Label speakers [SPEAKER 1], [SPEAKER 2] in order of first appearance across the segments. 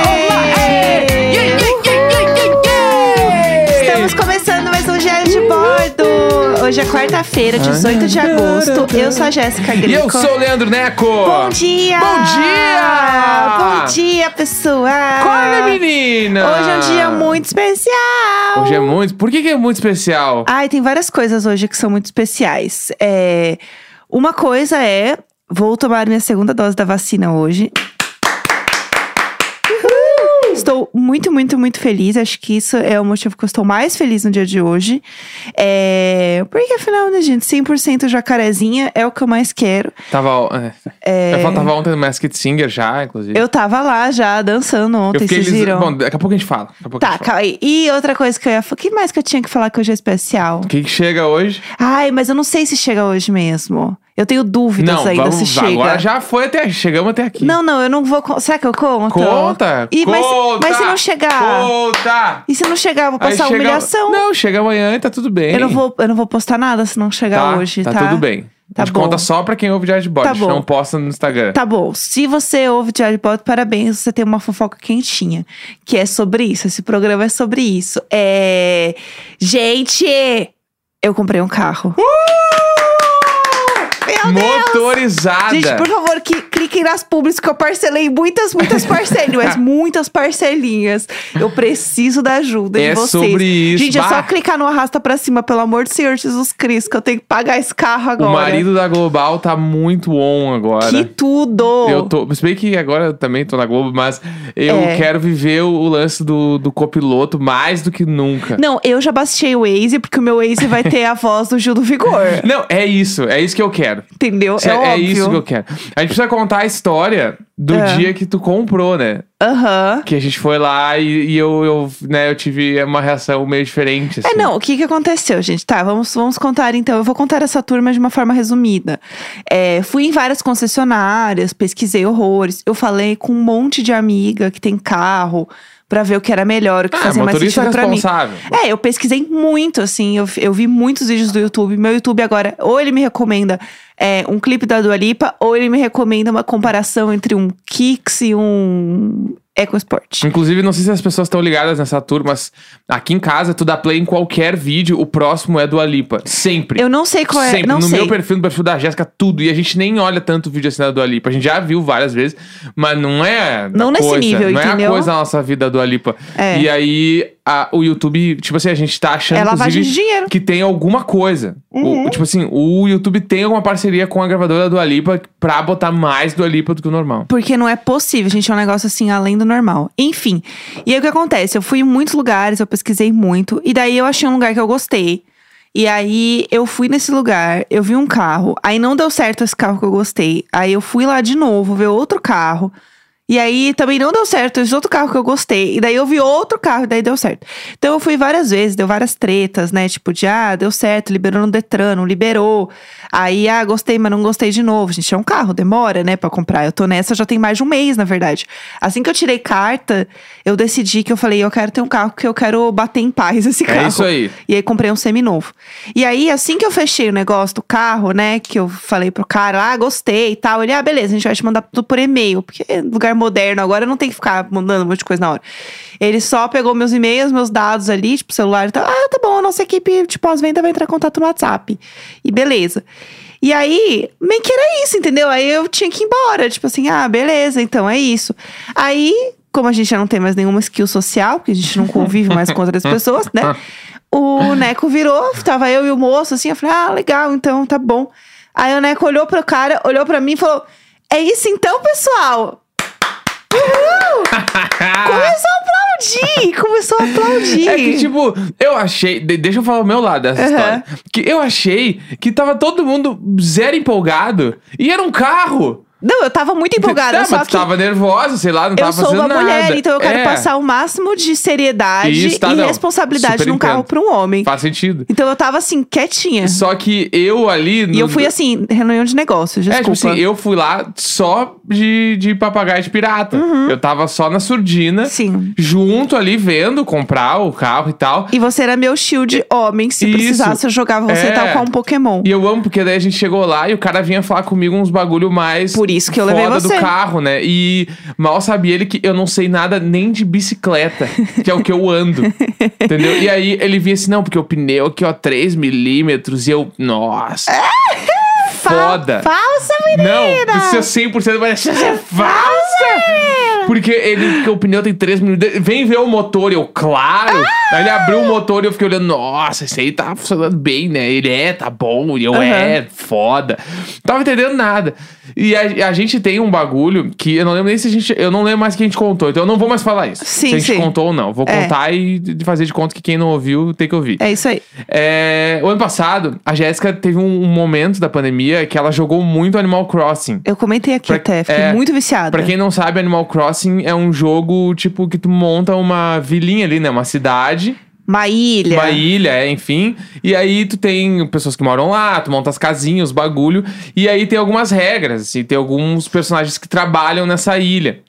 [SPEAKER 1] um Hoje é quarta-feira, 18 de agosto. Eu sou a Jéssica Greco.
[SPEAKER 2] E eu sou o Leandro Neco.
[SPEAKER 1] Bom dia!
[SPEAKER 2] Bom dia!
[SPEAKER 1] Bom dia, pessoal!
[SPEAKER 2] Acorda, menina!
[SPEAKER 1] Hoje é um dia muito especial!
[SPEAKER 2] Hoje é muito... Por que, que é muito especial?
[SPEAKER 1] Ai, tem várias coisas hoje que são muito especiais. É... Uma coisa é... Vou tomar minha segunda dose da vacina hoje. Estou muito, muito, muito feliz. Acho que isso é o motivo que eu estou mais feliz no dia de hoje. É... Porque afinal, né, gente? 100% jacarezinha é o que eu mais quero.
[SPEAKER 2] Tava... É... Eu tava ontem no Masked Singer já, inclusive.
[SPEAKER 1] Eu tava lá já dançando
[SPEAKER 2] Eu
[SPEAKER 1] ontem,
[SPEAKER 2] fiquei
[SPEAKER 1] vocês
[SPEAKER 2] eles-
[SPEAKER 1] viram?
[SPEAKER 2] Bom, daqui a pouco a gente fala. Daqui a pouco a
[SPEAKER 1] Tá,
[SPEAKER 2] gente fala.
[SPEAKER 1] calma aí. E outra coisa que eu ia falar. O que mais que eu tinha que falar que hoje é especial?
[SPEAKER 2] O que, que chega hoje?
[SPEAKER 1] Ai, mas eu não sei se chega hoje mesmo. Eu tenho dúvidas
[SPEAKER 2] não,
[SPEAKER 1] ainda
[SPEAKER 2] vamos...
[SPEAKER 1] se chega.
[SPEAKER 2] Agora já foi até... Chegamos até aqui.
[SPEAKER 1] Não, não, eu não vou. con- Será que eu conto?
[SPEAKER 2] Conta!
[SPEAKER 1] E, mas,
[SPEAKER 2] conta!
[SPEAKER 1] mas se não chegar?
[SPEAKER 2] Conta!
[SPEAKER 1] E se não chegar, eu vou
[SPEAKER 2] Aí
[SPEAKER 1] passar
[SPEAKER 2] chega-
[SPEAKER 1] humilhação.
[SPEAKER 2] Não, chega amanhã e tá tudo bem.
[SPEAKER 1] Eu não, vou, eu não vou postar nada se não chegar
[SPEAKER 2] tá,
[SPEAKER 1] hoje, tá?
[SPEAKER 2] Tá tudo bem.
[SPEAKER 1] Tá
[SPEAKER 2] a gente
[SPEAKER 1] bom.
[SPEAKER 2] conta só pra quem ouve Diário de Bode.
[SPEAKER 1] Tá
[SPEAKER 2] a gente
[SPEAKER 1] bom.
[SPEAKER 2] não posta no Instagram.
[SPEAKER 1] Tá bom. Se você ouve Diário de Bordo, parabéns. Você tem uma fofoca quentinha. Que é sobre isso. Esse programa é sobre isso. É. Gente! Eu comprei um carro. Tá, Meu Deus!
[SPEAKER 2] Motorizada.
[SPEAKER 1] Gente, por favor, que cliquem nas públicas que eu parcelei muitas, muitas parcelinhas. muitas parcelinhas. Eu preciso da ajuda
[SPEAKER 2] É
[SPEAKER 1] de vocês.
[SPEAKER 2] sobre isso.
[SPEAKER 1] Gente, é só
[SPEAKER 2] Bah.
[SPEAKER 1] clicar no arrasta pra cima, pelo amor do Senhor Jesus Cristo, que eu tenho que pagar esse carro agora.
[SPEAKER 2] O marido da Global tá muito on agora.
[SPEAKER 1] Que tudo!
[SPEAKER 2] Eu tô. Se bem que agora eu também tô na Globo, mas eu
[SPEAKER 1] É.
[SPEAKER 2] quero viver o, o lance do, do copiloto mais do que nunca.
[SPEAKER 1] Não, eu já baixei o Waze, porque o meu Waze vai ter a voz do Gil do Vigor.
[SPEAKER 2] Não, é isso. É isso que eu quero.
[SPEAKER 1] Entendeu?
[SPEAKER 2] Isso
[SPEAKER 1] é,
[SPEAKER 2] é
[SPEAKER 1] óbvio.
[SPEAKER 2] isso que eu quero. A gente precisa contar a história do
[SPEAKER 1] É.
[SPEAKER 2] dia que tu comprou, né?
[SPEAKER 1] Aham.
[SPEAKER 2] Que a gente foi lá e, e eu, eu, né, eu tive uma reação meio diferente.
[SPEAKER 1] É,
[SPEAKER 2] assim.
[SPEAKER 1] não, o que que aconteceu, gente? Tá, vamos, vamos contar então. Eu vou contar essa turma de uma forma resumida. É, fui em várias concessionárias, pesquisei horrores. Eu falei com um monte de amiga que tem carro pra ver o que era melhor, o que
[SPEAKER 2] Ah,
[SPEAKER 1] fazia mais
[SPEAKER 2] motorista
[SPEAKER 1] sentido pra mim.
[SPEAKER 2] responsável.
[SPEAKER 1] É, eu pesquisei muito, assim. Eu, eu vi muitos vídeos do YouTube. Meu YouTube agora, ou ele me recomenda é, um clipe da Dua Lipa, ou ele me recomenda uma comparação entre um Kicks e um EcoSport.
[SPEAKER 2] Inclusive, não sei se as pessoas estão ligadas nessa turma, mas aqui em casa, tu dá play em qualquer vídeo, o próximo é do Alipa. Sempre.
[SPEAKER 1] Eu não sei qual é.
[SPEAKER 2] Sempre.
[SPEAKER 1] Não
[SPEAKER 2] no
[SPEAKER 1] sei.
[SPEAKER 2] meu perfil, no perfil da Jéssica, tudo. E a gente nem olha tanto vídeo assim da Dua Lipa. A gente já viu várias vezes, mas não é. a
[SPEAKER 1] Não nesse
[SPEAKER 2] coisa,
[SPEAKER 1] nível,
[SPEAKER 2] Não é
[SPEAKER 1] entendeu?
[SPEAKER 2] a coisa da nossa vida do Alipa.
[SPEAKER 1] É.
[SPEAKER 2] E aí, a- o YouTube, tipo assim, a gente tá achando.
[SPEAKER 1] É lavagem
[SPEAKER 2] inclusive,
[SPEAKER 1] de dinheiro. Uhum.
[SPEAKER 2] que tem alguma coisa. O- tipo assim, o YouTube tem alguma parceria com a gravadora do Alipa pra botar mais do Alipa do que o normal.
[SPEAKER 1] Porque não é possível, gente. É um negócio assim, além do normal. Enfim. E aí o que acontece? Eu fui em muitos lugares, eu pesquisei muito. E daí eu achei um lugar que eu gostei. E aí eu fui nesse lugar, eu vi um carro. Aí não deu certo esse carro que eu gostei. Aí eu fui lá de novo ver outro carro. E aí também não deu certo esse outro carro que eu gostei. E daí eu vi outro carro, e daí deu certo. Então eu fui várias vezes, deu várias tretas, né? Tipo, de ah, deu certo, liberou no Detran, não liberou. Aí, ah, gostei, mas não gostei de novo. Gente, é um carro, demora, né, pra comprar. Eu tô nessa já tem mais de um mês, na verdade. Assim que eu tirei carta, eu decidi que eu falei, eu quero ter um carro que eu quero bater em paz esse carro.
[SPEAKER 2] É isso aí.
[SPEAKER 1] E aí comprei um seminovo. E aí, assim que eu fechei o negócio do carro, né? Que eu falei pro cara, ah, gostei e tal. Ele, ah, beleza, a gente vai te mandar tudo por e-mail. Porque é lugar moderno agora não tem que ficar mandando um monte de coisa na hora. Ele só pegou meus e-mails, meus dados ali, tipo, celular e tal. Ah, tá bom, a nossa equipe de pós-venda vai entrar em contato no WhatsApp. E beleza. E aí, meio que era isso, entendeu? Aí eu tinha que ir embora. Tipo assim, ah, beleza, então é isso. Aí, como a gente já não tem mais nenhuma skill social, porque a gente não convive mais com outras pessoas, né? O Neco virou, tava eu e o moço, assim, eu falei, ah, legal, então tá bom. Aí o Neco olhou pro cara, olhou pra mim e falou: É isso então, pessoal? Começou a aplaudir! Começou a aplaudir.
[SPEAKER 2] É que, tipo, eu achei. de- deixa eu falar o meu lado dessa
[SPEAKER 1] Aham.
[SPEAKER 2] história. Que eu achei que tava todo mundo zero empolgado e era um carro.
[SPEAKER 1] Não, eu tava muito empolgada,
[SPEAKER 2] Tá,
[SPEAKER 1] só
[SPEAKER 2] mas
[SPEAKER 1] que.
[SPEAKER 2] tava nervosa, sei lá, não
[SPEAKER 1] Eu
[SPEAKER 2] tava
[SPEAKER 1] sou
[SPEAKER 2] fazendo
[SPEAKER 1] uma
[SPEAKER 2] nada.
[SPEAKER 1] mulher, então eu quero
[SPEAKER 2] É,
[SPEAKER 1] passar o máximo de seriedade
[SPEAKER 2] Isso, tá,
[SPEAKER 1] e
[SPEAKER 2] não.
[SPEAKER 1] responsabilidade
[SPEAKER 2] Super
[SPEAKER 1] num carro
[SPEAKER 2] entendo.
[SPEAKER 1] pra um homem.
[SPEAKER 2] Faz sentido.
[SPEAKER 1] Então eu tava assim, quietinha.
[SPEAKER 2] Só que eu ali.
[SPEAKER 1] E
[SPEAKER 2] no-
[SPEAKER 1] eu fui assim, reunião de negócio,
[SPEAKER 2] É,
[SPEAKER 1] desculpa.
[SPEAKER 2] tipo assim, eu fui lá só de, de papagaio de pirata. Eu tava só na surdina,
[SPEAKER 1] Uhum. Sim.
[SPEAKER 2] junto ali, vendo comprar o carro e tal.
[SPEAKER 1] E você era meu shield homem, se
[SPEAKER 2] Isso.
[SPEAKER 1] precisasse eu jogava você
[SPEAKER 2] É.
[SPEAKER 1] tal qual um Pokémon.
[SPEAKER 2] E eu amo, porque daí a gente chegou lá e o cara vinha falar comigo uns bagulho mais
[SPEAKER 1] Por isso que eu levei
[SPEAKER 2] foda
[SPEAKER 1] você.
[SPEAKER 2] do carro, né? E mal sabia ele que eu não sei nada nem de bicicleta, que é o que eu ando. entendeu? E aí ele vinha assim, não, porque o pneu aqui, ó, 3 milímetros, e eu, nossa.
[SPEAKER 1] É?
[SPEAKER 2] é foda.
[SPEAKER 1] Fa falsa, menina.
[SPEAKER 2] Não, isso é 100%, mas isso é falsa! Porque ele, porque o pneu tem 3 milímetros. Vem ver o motor, eu, claro!
[SPEAKER 1] Ah!
[SPEAKER 2] Aí ele abriu o motor e eu fiquei olhando, nossa, isso aí tá funcionando bem, né? Ele é, tá bom, e eu
[SPEAKER 1] Aham.
[SPEAKER 2] é, foda. Tava entendendo nada. E a, a gente tem um bagulho que eu não lembro nem se a gente. Eu não lembro mais quem a gente contou, então eu não vou mais falar isso.
[SPEAKER 1] Sim,
[SPEAKER 2] se a gente
[SPEAKER 1] sim.
[SPEAKER 2] contou ou não. Vou
[SPEAKER 1] É.
[SPEAKER 2] contar e de- fazer de conta que quem não ouviu tem que ouvir.
[SPEAKER 1] É isso aí.
[SPEAKER 2] É, o ano passado, a Jéssica teve um, um momento da pandemia que ela jogou muito Animal Crossing.
[SPEAKER 1] Eu comentei aqui
[SPEAKER 2] Pra-
[SPEAKER 1] até, fiquei
[SPEAKER 2] é,
[SPEAKER 1] muito viciada.
[SPEAKER 2] Pra quem não sabe, Animal Crossing é um jogo, tipo, que tu monta uma vilinha ali, né? Uma cidade,
[SPEAKER 1] Uma ilha.
[SPEAKER 2] uma ilha, é, enfim. E aí tu tem pessoas que moram lá, tu monta as casinhas, os bagulho. E aí tem algumas regras, assim, tem alguns personagens que trabalham nessa ilha.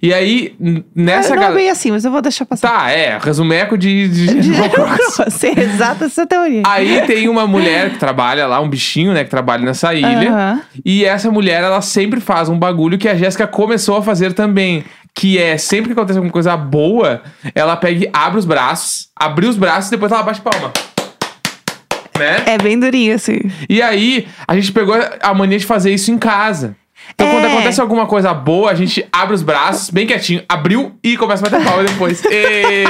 [SPEAKER 2] E aí, n- nessa
[SPEAKER 1] Ah, não é
[SPEAKER 2] galera.
[SPEAKER 1] bem assim, mas eu vou deixar passar.
[SPEAKER 2] Tá, é, resumeco de, de, de
[SPEAKER 1] De
[SPEAKER 2] Animal Crossing.
[SPEAKER 1] Você é exata essa teoria.
[SPEAKER 2] Aí tem uma mulher que trabalha lá, um bichinho, né, que trabalha nessa ilha.
[SPEAKER 1] Aham.
[SPEAKER 2] E essa mulher, ela sempre faz um bagulho que a Jéssica começou a fazer também. Que é, sempre que acontece alguma coisa boa, ela pega e abre os braços, abre os braços e depois ela bate palma. Né?
[SPEAKER 1] É bem durinho, assim.
[SPEAKER 2] E aí, a gente pegou a mania de fazer isso em casa. Então,
[SPEAKER 1] É.
[SPEAKER 2] quando acontece alguma coisa boa, a gente abre os braços, bem quietinho, abriu e começa a bater palma depois. E...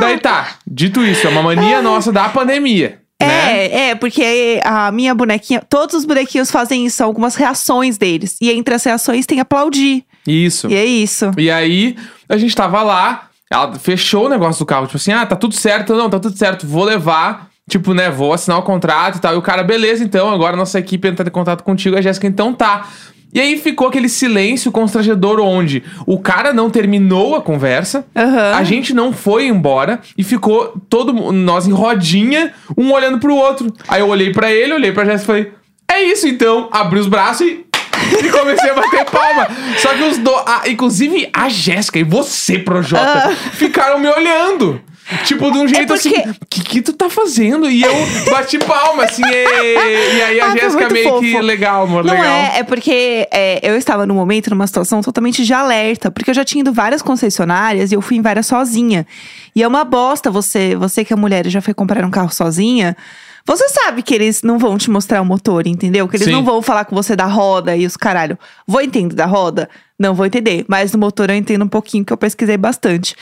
[SPEAKER 2] Daí tá, dito isso, é uma mania nossa da pandemia. né?
[SPEAKER 1] É, é, porque a minha bonequinha, todos os bonequinhos fazem isso, são algumas reações deles. E entre as reações tem aplaudir.
[SPEAKER 2] Isso.
[SPEAKER 1] E é isso.
[SPEAKER 2] E aí, a gente tava lá, ela fechou o negócio do carro, tipo assim, ah, tá tudo certo, não, tá tudo certo, vou levar. Tipo, né, vou assinar o contrato e tal. E o cara, beleza, então, agora a nossa equipe entra em contato contigo, a Jéssica, então tá. E aí ficou aquele silêncio constrangedor onde o cara não terminou a conversa,
[SPEAKER 1] Aham.
[SPEAKER 2] a gente não foi embora e ficou todo mu- nós em rodinha, um olhando pro outro. Aí eu olhei pra ele, olhei pra Jéssica e falei: "É isso então". Abri os braços e e comecei a bater palma. Só que os do, a- inclusive a Jéssica e você, Projota,
[SPEAKER 1] Ah.
[SPEAKER 2] ficaram me olhando. Tipo, de um jeito
[SPEAKER 1] É porque-
[SPEAKER 2] assim, o que, que tu tá fazendo? E eu bati palma, assim, e, e aí a
[SPEAKER 1] Ah, foi
[SPEAKER 2] Jéssica
[SPEAKER 1] muito
[SPEAKER 2] meio que
[SPEAKER 1] fofo.
[SPEAKER 2] legal, amor,
[SPEAKER 1] Não
[SPEAKER 2] legal.
[SPEAKER 1] é, é porque é, eu estava num momento, numa situação totalmente de alerta. Porque eu já tinha ido várias concessionárias e eu fui em várias sozinha. E é uma bosta você, você que é mulher e já foi comprar um carro sozinha. Você sabe que eles não vão te mostrar o motor, entendeu? Que eles
[SPEAKER 2] Sim.
[SPEAKER 1] não vão falar com você da roda e os caralho. Vou entender da roda? Não vou entender. Mas do motor eu entendo um pouquinho, que eu pesquisei bastante.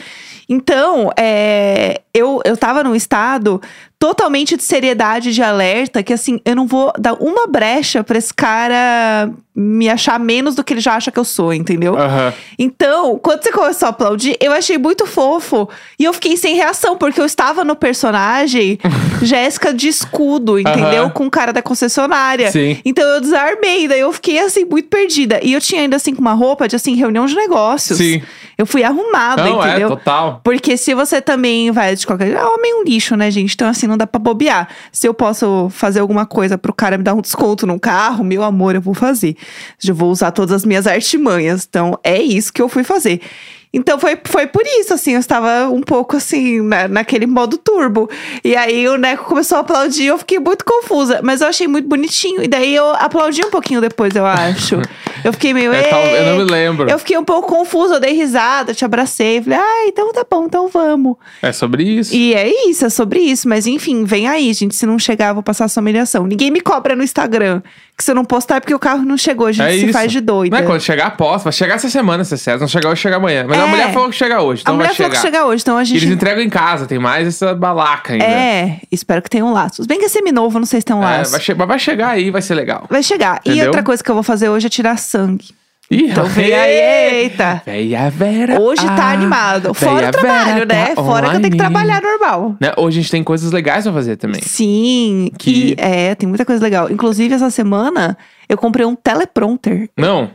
[SPEAKER 1] Então, é, eu, eu tava num estado totalmente de seriedade, de alerta, que assim, eu não vou dar uma brecha pra esse cara me achar menos do que ele já acha que eu sou, entendeu?
[SPEAKER 2] Aham.
[SPEAKER 1] Então, quando você começou a aplaudir, eu achei muito fofo. E eu fiquei sem reação, porque eu estava no personagem Jéssica de escudo, entendeu?
[SPEAKER 2] Aham.
[SPEAKER 1] Com o cara da concessionária.
[SPEAKER 2] Sim.
[SPEAKER 1] Então eu desarmei, daí eu fiquei assim, muito perdida. E eu tinha ainda assim com uma roupa de assim, reunião de negócios.
[SPEAKER 2] Sim.
[SPEAKER 1] Eu fui arrumada,
[SPEAKER 2] Não, é,
[SPEAKER 1] entendeu?
[SPEAKER 2] total.
[SPEAKER 1] Porque se você também vai de qualquer jeito. Homem é um lixo, né, gente? Então, assim, não dá pra bobear. Se eu posso fazer alguma coisa pro cara me dar um desconto num carro, meu amor, eu vou fazer. Eu vou usar todas as minhas artimanhas. Então, é isso que eu fui fazer. Então foi, foi por isso, assim, eu estava um pouco assim, na- naquele modo turbo. E aí o Neco começou a aplaudir, eu fiquei muito confusa, mas eu achei muito bonitinho. E daí eu aplaudi um pouquinho depois, eu acho. Eu fiquei meio.
[SPEAKER 2] É, tal- eu não me
[SPEAKER 1] "Ê!"
[SPEAKER 2] lembro.
[SPEAKER 1] Eu fiquei um pouco confusa, eu dei risada, eu te abracei, falei, ah, então tá bom, então vamos.
[SPEAKER 2] É sobre isso.
[SPEAKER 1] E é isso, é sobre isso. Mas enfim, vem aí, gente. Se não chegar, eu vou passar essa humilhação. Ninguém me cobra no Instagram. Que se eu não postar é porque o carro não chegou, a gente
[SPEAKER 2] é
[SPEAKER 1] se
[SPEAKER 2] isso.
[SPEAKER 1] faz de doida.
[SPEAKER 2] Não é quando chegar, posso. Vai chegar essa semana, se é certo. Não chegar hoje, chega amanhã. Mas a
[SPEAKER 1] É.
[SPEAKER 2] mulher falou que chega hoje, então
[SPEAKER 1] a mulher
[SPEAKER 2] vai
[SPEAKER 1] falou que
[SPEAKER 2] chegar.
[SPEAKER 1] chega hoje, então a
[SPEAKER 2] E
[SPEAKER 1] gente.
[SPEAKER 2] Eles entregam em casa, tem mais essa balaca ainda.
[SPEAKER 1] É, espero que tenha um laço. Se bem que é seminovo, não sei se tem um
[SPEAKER 2] É,
[SPEAKER 1] laço.
[SPEAKER 2] vai che- mas vai chegar aí, vai ser legal.
[SPEAKER 1] Vai chegar. E
[SPEAKER 2] Entendeu?
[SPEAKER 1] outra coisa que eu vou fazer hoje é tirar sangue.
[SPEAKER 2] Ih,
[SPEAKER 1] Então vem aí, eita.
[SPEAKER 2] Véia Vera.
[SPEAKER 1] Hoje tá
[SPEAKER 2] ah,
[SPEAKER 1] animado. Fora
[SPEAKER 2] véia
[SPEAKER 1] o trabalho,
[SPEAKER 2] Vera tá
[SPEAKER 1] né? Fora que eu tenho que
[SPEAKER 2] online.
[SPEAKER 1] trabalhar normal.
[SPEAKER 2] Né, Hoje a gente tem coisas legais pra fazer também.
[SPEAKER 1] Sim,
[SPEAKER 2] Que-
[SPEAKER 1] e é, tem muita coisa legal. Inclusive, essa semana eu comprei um teleprompter.
[SPEAKER 2] Não.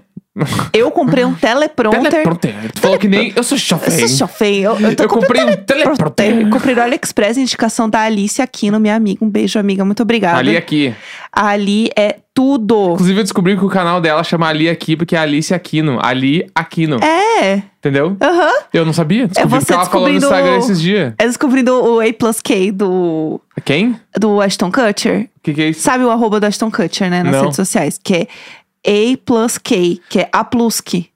[SPEAKER 1] Eu comprei um teleprompter.
[SPEAKER 2] Ah, Teleprompter. Tu falou que nem. Eu sou
[SPEAKER 1] Eu
[SPEAKER 2] chofé.
[SPEAKER 1] sou chofém. Eu, eu tô
[SPEAKER 2] Eu
[SPEAKER 1] comprando
[SPEAKER 2] comprei um teleprompter.
[SPEAKER 1] teleprompter. Comprei no AliExpress, indicação da Alice Aquino, minha amiga. Um beijo, amiga. Muito obrigada.
[SPEAKER 2] Ali é- aqui.
[SPEAKER 1] A Ali é tudo.
[SPEAKER 2] Inclusive, eu descobri que o canal dela chama Ali aqui, porque é Alice Aquino. Ali Aquino.
[SPEAKER 1] É.
[SPEAKER 2] Entendeu?
[SPEAKER 1] Aham.
[SPEAKER 2] Eu não sabia. Descobri
[SPEAKER 1] É você
[SPEAKER 2] porque ela falou no
[SPEAKER 1] descobrindo-
[SPEAKER 2] Instagram esses dias.
[SPEAKER 1] Eu descobrindo o A plus K do,
[SPEAKER 2] Quem?
[SPEAKER 1] do Ashton Kutcher.
[SPEAKER 2] O que, que é isso?
[SPEAKER 1] Sabe o arroba do Ashton Kutcher, né? Nas
[SPEAKER 2] Não.
[SPEAKER 1] redes sociais, que é A plus K, que é a plus K.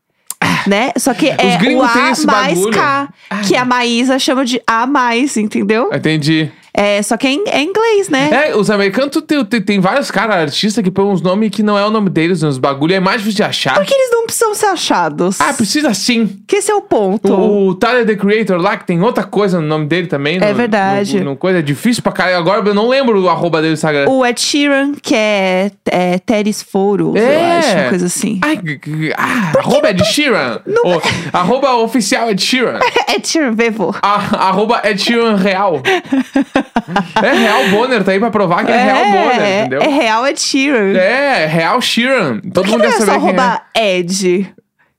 [SPEAKER 1] Né? Só que é o
[SPEAKER 2] gringos têm
[SPEAKER 1] A
[SPEAKER 2] esse
[SPEAKER 1] mais
[SPEAKER 2] bagulho. Ah.
[SPEAKER 1] K, que a Maísa chama de A mais, entendeu?
[SPEAKER 2] Entendi.
[SPEAKER 1] É, só que é em, é em inglês, né?
[SPEAKER 2] É, os americanos, tu tem, tem, tem vários caras, artistas, que põem uns nomes que não é o nome deles nos bagulho, é mais difícil de achar.
[SPEAKER 1] Porque eles não precisam ser achados.
[SPEAKER 2] Ah, precisa sim.
[SPEAKER 1] que esse é o ponto.
[SPEAKER 2] O, o Tyler The Creator lá, que tem outra coisa no nome dele também.
[SPEAKER 1] É
[SPEAKER 2] no-
[SPEAKER 1] verdade.
[SPEAKER 2] No, no coisa, é difícil pra caralho. Agora eu não lembro o arroba dele no Instagram.
[SPEAKER 1] O Ed Sheeran, que é, é Teres Foro, eu
[SPEAKER 2] É.
[SPEAKER 1] acho, uma coisa assim.
[SPEAKER 2] Ai, g- g- ah, arroba Ed
[SPEAKER 1] tá-
[SPEAKER 2] Sheeran.
[SPEAKER 1] é.
[SPEAKER 2] Ou, arroba oficial Ed Sheeran.
[SPEAKER 1] Ed Sheeran, vevô.
[SPEAKER 2] A- arroba Ed Sheeran real. é real Bonner, tá aí pra provar que é, real Bonner,
[SPEAKER 1] é,
[SPEAKER 2] entendeu?
[SPEAKER 1] é real Ed Sheeran.
[SPEAKER 2] É, real Sheeran. Todo
[SPEAKER 1] Por que
[SPEAKER 2] mundo
[SPEAKER 1] não
[SPEAKER 2] quer
[SPEAKER 1] é
[SPEAKER 2] saber
[SPEAKER 1] só
[SPEAKER 2] quem é.
[SPEAKER 1] arroba Ed?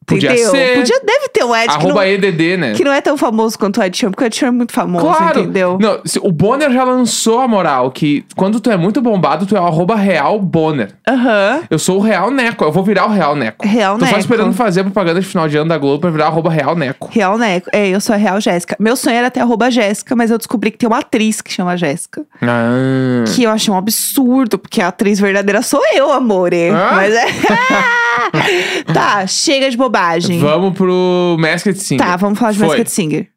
[SPEAKER 2] Podia
[SPEAKER 1] entendeu?
[SPEAKER 2] ser.
[SPEAKER 1] Podia, deve ter um Ed que
[SPEAKER 2] Arroba
[SPEAKER 1] não,
[SPEAKER 2] EDD, né?
[SPEAKER 1] que não é tão famoso quanto o Ed Sheeran, porque o Ed Sheeran é muito famoso,
[SPEAKER 2] Claro.
[SPEAKER 1] entendeu?
[SPEAKER 2] Não, se- o Bonner já lançou a moral que quando tu é muito bombado, tu é o arroba real Bonner.
[SPEAKER 1] Aham.
[SPEAKER 2] Eu sou o real Neco, eu vou virar o real Neco.
[SPEAKER 1] Real
[SPEAKER 2] Tô só
[SPEAKER 1] Neco.
[SPEAKER 2] esperando fazer propaganda de final de ano da Globo pra virar arroba real Neco.
[SPEAKER 1] Real Neco. É, eu sou a Real Jéssica. Meu sonho era ter arroba Jéssica, mas eu descobri que tem uma atriz que chama Jéssica.
[SPEAKER 2] Ah.
[SPEAKER 1] Que eu achei um absurdo, porque a atriz verdadeira sou eu, amore.
[SPEAKER 2] Hã?
[SPEAKER 1] Mas é. tá, chega de bobagem.
[SPEAKER 2] Vamos pro Masked Singer.
[SPEAKER 1] Tá, vamos falar de
[SPEAKER 2] Foi.
[SPEAKER 1] Masked Singer.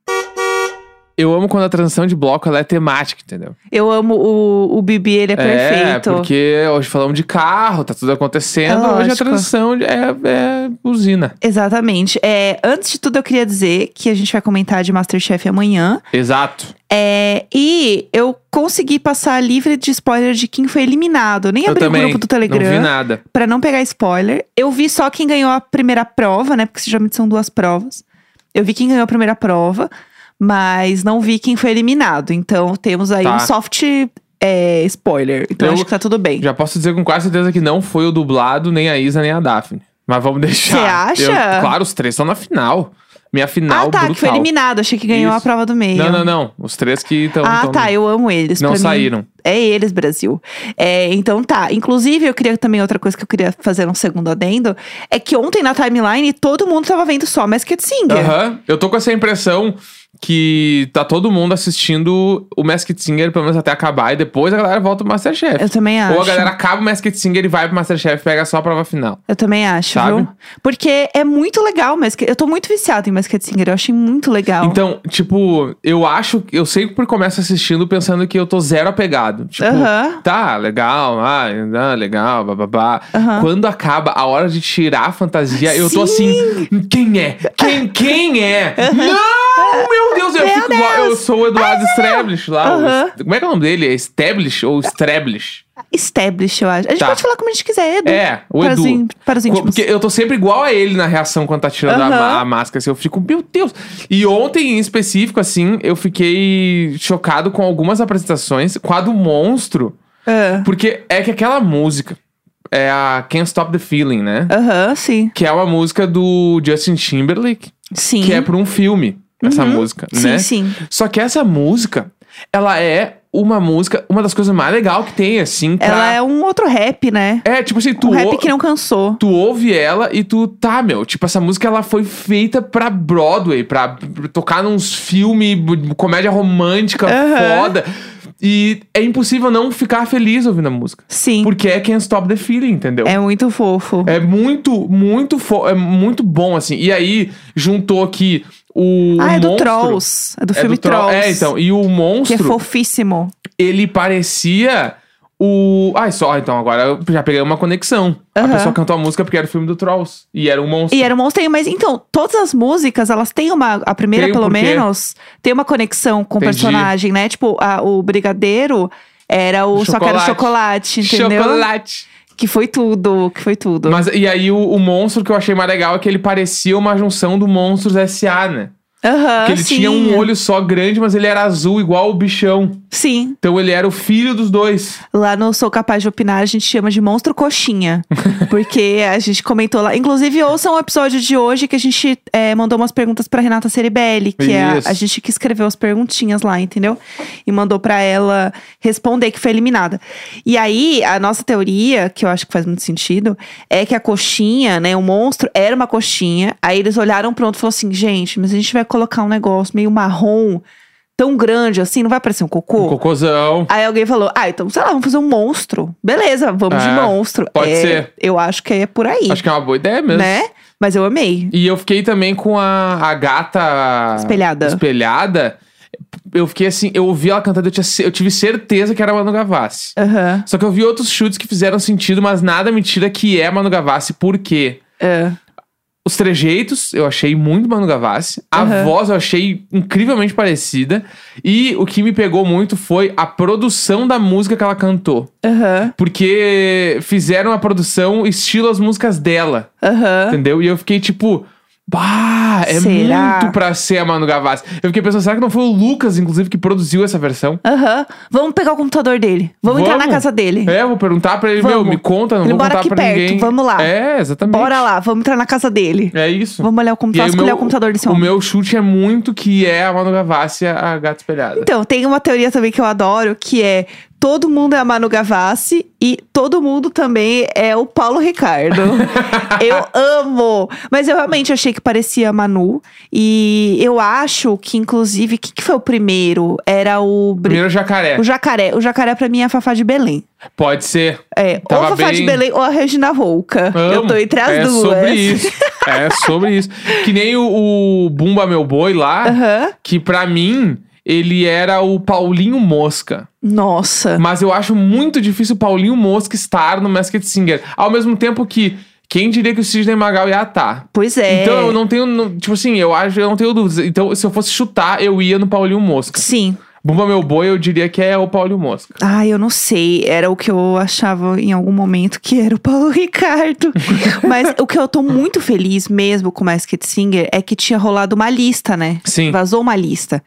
[SPEAKER 2] Eu amo quando a transição de bloco ela é temática, entendeu?
[SPEAKER 1] Eu amo o, o Bibi, ele é perfeito.
[SPEAKER 2] É, porque hoje falamos de carro, tá tudo acontecendo.
[SPEAKER 1] É
[SPEAKER 2] hoje a
[SPEAKER 1] lógico.
[SPEAKER 2] transição de- é, é usina.
[SPEAKER 1] Exatamente. É, antes de tudo, eu queria dizer que a gente vai comentar de Masterchef amanhã.
[SPEAKER 2] Exato.
[SPEAKER 1] É, e eu consegui passar livre de spoiler de quem foi eliminado. Eu nem
[SPEAKER 2] eu
[SPEAKER 1] abri o
[SPEAKER 2] também
[SPEAKER 1] grupo do
[SPEAKER 2] não vi
[SPEAKER 1] Telegram
[SPEAKER 2] nada.
[SPEAKER 1] pra não pegar spoiler. Eu vi só quem ganhou a primeira prova, né? Porque geralmente são duas provas. Eu vi quem ganhou a primeira prova, mas não vi quem foi eliminado. Então temos aí
[SPEAKER 2] Tá.
[SPEAKER 1] um soft é, spoiler. Então
[SPEAKER 2] Eu-
[SPEAKER 1] acho que tá tudo bem.
[SPEAKER 2] Já posso dizer com quase certeza que não foi o dublado, nem a Isa, nem a Daphne. Mas vamos deixar.
[SPEAKER 1] Você acha?
[SPEAKER 2] Eu- claro, os três estão na final. Minha final
[SPEAKER 1] ah, tá,
[SPEAKER 2] brutal.
[SPEAKER 1] que foi eliminado. Achei que ganhou
[SPEAKER 2] Isso.
[SPEAKER 1] a prova do meio.
[SPEAKER 2] Não, não, não. Os três que estão...
[SPEAKER 1] Ah, tá. Eu amo eles.
[SPEAKER 2] Não
[SPEAKER 1] Pra mim,
[SPEAKER 2] saíram.
[SPEAKER 1] é eles, Brasil. É, então tá. Inclusive, eu queria também outra coisa que eu queria fazer um segundo adendo. É que ontem na timeline todo mundo tava vendo só Masked Singer.
[SPEAKER 2] Aham. Eu tô com essa impressão que tá todo mundo assistindo o Masked Singer, pelo menos até acabar. E depois a galera volta pro Masterchef.
[SPEAKER 1] Eu também acho.
[SPEAKER 2] Ou a galera acaba o Masked Singer e vai pro Masterchef e pega só a prova final.
[SPEAKER 1] Eu também acho,
[SPEAKER 2] Sabe?
[SPEAKER 1] viu? Porque é muito legal, mas eu tô muito viciada em Masked Singer, eu achei muito legal.
[SPEAKER 2] Então, tipo, eu acho... Eu sei que começo assistindo pensando que eu tô zero apegado. Tipo,
[SPEAKER 1] Aham.
[SPEAKER 2] tá, legal, ah, ah, legal, bababá.
[SPEAKER 1] Aham.
[SPEAKER 2] Quando acaba a hora de tirar a fantasia, eu tô
[SPEAKER 1] Sim!
[SPEAKER 2] assim, quem é? Quem, quem é? Não, meu Deus, eu
[SPEAKER 1] Meu
[SPEAKER 2] fico igual, eu
[SPEAKER 1] Deus!
[SPEAKER 2] sou o Eduardo Streblish lá. o
[SPEAKER 1] Aham.
[SPEAKER 2] est- como é que é o nome dele? É Stablish ou Streblish?
[SPEAKER 1] Establish, eu acho. A gente
[SPEAKER 2] Tá.
[SPEAKER 1] pode falar como a gente quiser, Edu.
[SPEAKER 2] É, o
[SPEAKER 1] para
[SPEAKER 2] Edu.
[SPEAKER 1] Os in- para os
[SPEAKER 2] Co-
[SPEAKER 1] íntimos.
[SPEAKER 2] Porque eu tô sempre igual a ele na reação quando tá tirando a,
[SPEAKER 1] Aham.
[SPEAKER 2] ma- a máscara. Assim, eu fico, meu Deus. E ontem, em específico, assim, eu fiquei chocado com algumas apresentações. Com a do monstro.
[SPEAKER 1] Ah,
[SPEAKER 2] Porque é que aquela música é a Can't Stop the Feeling, né?
[SPEAKER 1] Aham, sim.
[SPEAKER 2] Que é uma música do Justin Timberlake,
[SPEAKER 1] Sim. Uhum.
[SPEAKER 2] que é pra um filme, essa música,
[SPEAKER 1] sim,
[SPEAKER 2] né?
[SPEAKER 1] sim.
[SPEAKER 2] Só que essa música, ela é uma música, uma das coisas mais legais que tem, assim, pra...
[SPEAKER 1] Ela é um outro rap, né?
[SPEAKER 2] É, tipo assim, tu,
[SPEAKER 1] um rap
[SPEAKER 2] ou-
[SPEAKER 1] que não cansou.
[SPEAKER 2] tu ouve ela e tu, tá, meu, tipo, essa música, ela foi feita pra Broadway, pra, pra tocar nos filmes, comédia romântica
[SPEAKER 1] Aham.
[SPEAKER 2] foda. E é impossível não ficar feliz ouvindo a música.
[SPEAKER 1] Sim.
[SPEAKER 2] Porque é Can't Stop the Feeling, entendeu?
[SPEAKER 1] É muito fofo.
[SPEAKER 2] É muito, muito fo é muito bom, assim. E aí, juntou aqui o.
[SPEAKER 1] ah, é do
[SPEAKER 2] Um monstro.
[SPEAKER 1] Trolls. É do
[SPEAKER 2] É
[SPEAKER 1] filme
[SPEAKER 2] do Tro-
[SPEAKER 1] Trolls.
[SPEAKER 2] É, então. E o
[SPEAKER 1] Que é
[SPEAKER 2] monstro,
[SPEAKER 1] fofíssimo.
[SPEAKER 2] ele parecia o. Ai, só, então agora eu já peguei uma conexão. A
[SPEAKER 1] Aham.
[SPEAKER 2] pessoa cantou a música porque era o filme do Trolls. E era um monstro.
[SPEAKER 1] E era um monstro, mas então, todas as músicas, elas têm uma. A primeira,
[SPEAKER 2] Tem um
[SPEAKER 1] pelo
[SPEAKER 2] porquê.
[SPEAKER 1] menos, tem uma conexão com
[SPEAKER 2] Entendi.
[SPEAKER 1] o personagem, né? Tipo, a- o Brigadeiro era o,
[SPEAKER 2] O
[SPEAKER 1] Só Quero
[SPEAKER 2] chocolate.
[SPEAKER 1] Chocolate, entendeu?
[SPEAKER 2] Chocolate.
[SPEAKER 1] Que foi tudo, que foi tudo.
[SPEAKER 2] Mas e aí, o, o monstro que eu achei mais legal é que ele parecia uma junção do Monstros S.A., né?
[SPEAKER 1] Aham,
[SPEAKER 2] que ele
[SPEAKER 1] Ah, sim.
[SPEAKER 2] tinha um olho só grande, mas ele era azul, igual o bichão.
[SPEAKER 1] Sim.
[SPEAKER 2] Então ele era o filho dos dois.
[SPEAKER 1] Lá no Sou Capaz de Opinar, a gente chama de Monstro Coxinha. porque a gente comentou lá. Inclusive, ouçam o episódio de hoje que a gente é, mandou umas perguntas pra Renata Ceribelli, que é a,
[SPEAKER 2] Isso.
[SPEAKER 1] a gente que escreveu as perguntinhas lá, entendeu? E mandou pra ela responder que foi eliminada. E aí, a nossa teoria, que eu acho que faz muito sentido, é que a coxinha, né, o monstro, era uma coxinha. Aí eles olharam pronto e falaram assim: gente, mas a gente vai colocar um negócio meio marrom. tão grande assim, não vai parecer um cocô?
[SPEAKER 2] Um cocôzão.
[SPEAKER 1] Aí alguém falou, ah, então, sei lá, vamos fazer um monstro. Beleza, vamos de
[SPEAKER 2] É,
[SPEAKER 1] monstro.
[SPEAKER 2] pode
[SPEAKER 1] É,
[SPEAKER 2] ser.
[SPEAKER 1] Eu acho que é por aí,
[SPEAKER 2] Acho que é uma boa ideia mesmo.
[SPEAKER 1] né? Mas eu amei.
[SPEAKER 2] E eu fiquei também com a, a gata.
[SPEAKER 1] Espelhada.
[SPEAKER 2] Ah, Espelhada. Eu fiquei assim, eu ouvi ela cantando, eu, tinha ce- eu tive certeza que era a Manu Gavassi.
[SPEAKER 1] Aham.
[SPEAKER 2] Só que eu vi outros chutes que fizeram sentido, mas nada me tira que é Manu Gavassi, por quê?
[SPEAKER 1] É.
[SPEAKER 2] Os trejeitos eu achei muito Manu Gavassi. A
[SPEAKER 1] Aham.
[SPEAKER 2] voz eu achei incrivelmente parecida. E o que me pegou muito foi a produção da música que ela cantou.
[SPEAKER 1] Aham.
[SPEAKER 2] Porque fizeram a produção estilo as músicas dela,
[SPEAKER 1] Aham.
[SPEAKER 2] entendeu? E eu fiquei tipo. Bah, é
[SPEAKER 1] Será?
[SPEAKER 2] muito pra ser a Manu Gavassi. Eu fiquei pensando, será que não foi o Lucas, inclusive, que produziu essa versão?
[SPEAKER 1] Aham. Vamos pegar o computador dele. Vamos, entrar na
[SPEAKER 2] Vamos.
[SPEAKER 1] casa dele.
[SPEAKER 2] É, vou perguntar pra ele,
[SPEAKER 1] Vamos.
[SPEAKER 2] meu, me conta, não
[SPEAKER 1] Ele
[SPEAKER 2] vou
[SPEAKER 1] mora
[SPEAKER 2] contar
[SPEAKER 1] aqui
[SPEAKER 2] pra
[SPEAKER 1] perto,
[SPEAKER 2] ninguém.
[SPEAKER 1] vamos lá.
[SPEAKER 2] É, exatamente.
[SPEAKER 1] Bora lá, vamos entrar na casa dele.
[SPEAKER 2] É isso.
[SPEAKER 1] Vamos olhar o
[SPEAKER 2] E aí
[SPEAKER 1] computador,
[SPEAKER 2] o
[SPEAKER 1] escolher
[SPEAKER 2] meu-
[SPEAKER 1] o computador desse
[SPEAKER 2] O
[SPEAKER 1] homem.
[SPEAKER 2] meu chute é muito que é a Manu Gavassi, a a gata espelhada.
[SPEAKER 1] Então, tem uma teoria também que eu adoro, que é todo mundo é a Manu Gavassi e todo mundo também é o Paulo Ricardo. eu amo! Mas eu realmente achei que parecia a Manu. E eu acho que, inclusive, o que, que foi o primeiro? Era o. Bri-
[SPEAKER 2] Primeiro jacaré.
[SPEAKER 1] O jacaré. O jacaré, pra mim, é a Fafá de Belém.
[SPEAKER 2] Pode ser.
[SPEAKER 1] É, ou a
[SPEAKER 2] Tava
[SPEAKER 1] Fafá de
[SPEAKER 2] bem-
[SPEAKER 1] Belém ou a Regina Volca. Eu
[SPEAKER 2] Amo.
[SPEAKER 1] tô entre as
[SPEAKER 2] é
[SPEAKER 1] duas.
[SPEAKER 2] Sobre isso. É sobre isso. Que nem o, o Bumba Meu Boi lá,
[SPEAKER 1] Aham.
[SPEAKER 2] que pra mim ele era o Paulinho Mosca.
[SPEAKER 1] Nossa.
[SPEAKER 2] Mas eu acho muito difícil o Paulinho Mosca estar no Masked Singer. Ao mesmo tempo que, quem diria que o Sidney Magal ia estar?
[SPEAKER 1] Pois é.
[SPEAKER 2] Então eu não tenho. não- tipo assim, eu acho, eu não tenho dúvidas. Então, se eu fosse chutar, eu ia no Paulinho Mosca.
[SPEAKER 1] Sim.
[SPEAKER 2] Bumba Meu Boi, eu diria que é o Paulinho Mosca.
[SPEAKER 1] Ah, eu não sei. Era o que eu achava em algum momento que era o Paulo Ricardo. Mas o que eu tô muito feliz mesmo com o Masked Singer é que tinha rolado uma lista, né?
[SPEAKER 2] Sim.
[SPEAKER 1] Vazou uma lista.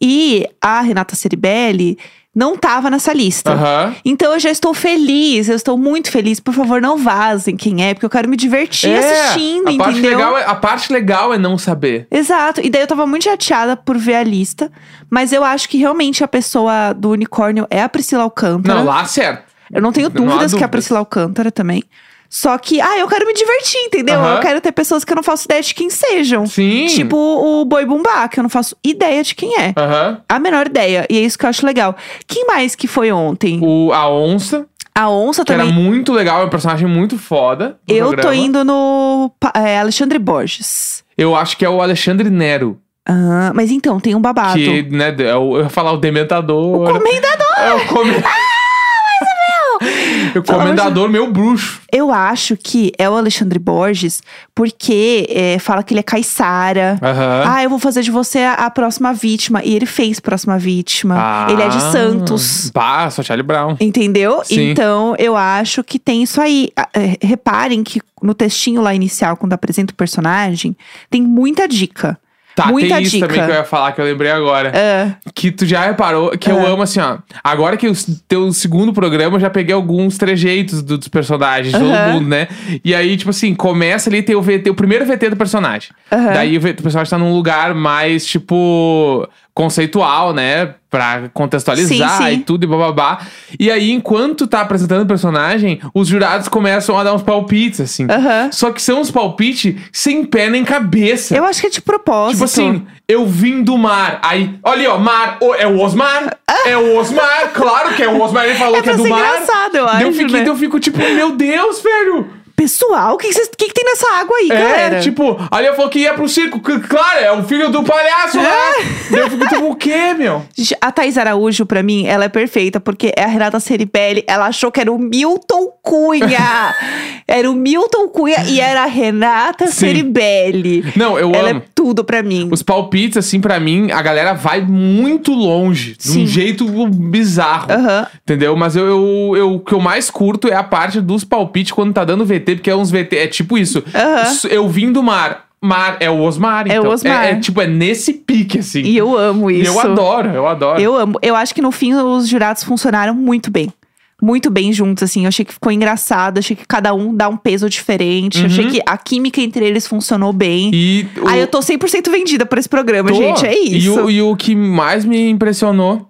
[SPEAKER 1] E a Renata Ceribelli não tava nessa lista.
[SPEAKER 2] Aham.
[SPEAKER 1] Então eu já estou feliz, eu estou muito feliz. Por favor, não vazem quem é, porque eu quero me divertir assistindo,
[SPEAKER 2] a parte
[SPEAKER 1] entendeu?
[SPEAKER 2] Legal é, a parte legal é não saber.
[SPEAKER 1] Exato. E daí eu tava muito chateada por ver a lista. Mas eu acho que realmente a pessoa do unicórnio é a Priscila Alcântara.
[SPEAKER 2] Não, lá certo.
[SPEAKER 1] Eu não tenho
[SPEAKER 2] Não há
[SPEAKER 1] dúvidas que é a
[SPEAKER 2] dúvidas.
[SPEAKER 1] Priscila Alcântara também. Só que, ah, eu quero me divertir, entendeu?
[SPEAKER 2] Aham.
[SPEAKER 1] Eu quero ter pessoas que eu não faço ideia de quem sejam.
[SPEAKER 2] Sim.
[SPEAKER 1] Tipo o Boi Bumbá, que eu não faço ideia de quem é.
[SPEAKER 2] Aham.
[SPEAKER 1] A menor ideia. E é isso que eu acho legal. Quem mais que foi ontem?
[SPEAKER 2] O, a onça,
[SPEAKER 1] A onça
[SPEAKER 2] que era
[SPEAKER 1] também.
[SPEAKER 2] muito legal, é um personagem muito foda. do
[SPEAKER 1] Eu tô
[SPEAKER 2] programa.
[SPEAKER 1] indo no pa- é, Alexandre Borges.
[SPEAKER 2] Eu acho que é o Alexandre Nero.
[SPEAKER 1] Ah, mas então, tem um babado.
[SPEAKER 2] Que, né, é o, eu ia falar o Dementador.
[SPEAKER 1] O Ah, comendador!
[SPEAKER 2] É o come... o
[SPEAKER 1] Pelo
[SPEAKER 2] Comendador, meu bruxo.
[SPEAKER 1] Eu acho que é o Alexandre Borges, porque é, fala que ele é caiçara.
[SPEAKER 2] Aham.
[SPEAKER 1] Ah, eu vou fazer de você a, a próxima vítima. E ele fez próxima vítima. Ele é de Santos.
[SPEAKER 2] Pá, só Charlie Brown.
[SPEAKER 1] Entendeu?
[SPEAKER 2] Ah. Sim.
[SPEAKER 1] Então, eu acho que tem isso aí. Ah, é, Reparem que no textinho lá inicial, quando apresenta o personagem, tem muita dica. Ah,
[SPEAKER 2] Tá,
[SPEAKER 1] muita
[SPEAKER 2] tem isso
[SPEAKER 1] dica.
[SPEAKER 2] também que eu ia falar, que eu lembrei agora. Que tu já reparou, que eu amo assim, ó. Agora que o s- teu segundo programa, eu já peguei alguns trejeitos do- dos personagens, de
[SPEAKER 1] Aham.
[SPEAKER 2] todo mundo, né? E aí, tipo assim, começa ali, tem o VT, o primeiro VT do personagem.
[SPEAKER 1] Aham.
[SPEAKER 2] Daí o, VT, do personagem tá num lugar mais, tipo, conceitual, né? Pra contextualizar
[SPEAKER 1] Sim, sim.
[SPEAKER 2] e tudo e bababá. E aí, enquanto tá apresentando o personagem, os jurados começam a dar uns palpites, assim.
[SPEAKER 1] Aham.
[SPEAKER 2] Só que são uns palpites sem pé nem cabeça.
[SPEAKER 1] Eu acho que é de propósito.
[SPEAKER 2] Tipo assim, eu vim do mar. Aí, olha ali, ó, mar. o- é o Osmar? É o Osmar? Claro que é o Osmar. Ele falou
[SPEAKER 1] É
[SPEAKER 2] que é
[SPEAKER 1] pra
[SPEAKER 2] do
[SPEAKER 1] ser
[SPEAKER 2] mar.
[SPEAKER 1] engraçado, eu
[SPEAKER 2] Daí
[SPEAKER 1] acho,
[SPEAKER 2] fiquei-
[SPEAKER 1] né?
[SPEAKER 2] daí eu fico tipo, meu Deus, velho.
[SPEAKER 1] Pessoal, o que, que vocês- o que que tem nessa água aí, galera?
[SPEAKER 2] É, tipo, ali eu falou que ia pro circo. C- Claro, é o filho do palhaço lá.
[SPEAKER 1] É.
[SPEAKER 2] Daí eu fico tipo, o quê, meu?
[SPEAKER 1] Gente, A Thaís Araújo, pra mim, ela é perfeita, porque é a Renata Ceribelli, ela achou que era o Milton Cunha. era o Milton Cunha e era a Renata
[SPEAKER 2] Sim.
[SPEAKER 1] Ceribelli.
[SPEAKER 2] Não, eu
[SPEAKER 1] ela
[SPEAKER 2] amo.
[SPEAKER 1] é tudo pra mim.
[SPEAKER 2] Os palpites, assim, pra mim, a galera vai muito longe. De
[SPEAKER 1] Sim.
[SPEAKER 2] um jeito bizarro.
[SPEAKER 1] Aham.
[SPEAKER 2] Entendeu? Mas eu, eu, eu- o que eu mais curto é a parte dos palpites quando tá dando VT, porque é uns VT. É tipo isso.
[SPEAKER 1] Aham.
[SPEAKER 2] S- Eu vim do mar. Mar é o Osmar,
[SPEAKER 1] É o
[SPEAKER 2] então.
[SPEAKER 1] Osmar.
[SPEAKER 2] É, tipo, é nesse pique, assim.
[SPEAKER 1] E eu amo
[SPEAKER 2] E
[SPEAKER 1] isso.
[SPEAKER 2] eu adoro, eu adoro.
[SPEAKER 1] Eu amo. Eu acho que no fim os jurados funcionaram muito bem. Muito bem juntos, assim. Eu achei que ficou engraçado. Achei que cada um dá um peso diferente. Eu achei que a química entre eles funcionou bem.
[SPEAKER 2] Uhum. E o-
[SPEAKER 1] Aí eu tô 100% vendida por esse programa,
[SPEAKER 2] Tô.
[SPEAKER 1] gente. É isso.
[SPEAKER 2] E o, e o que mais me impressionou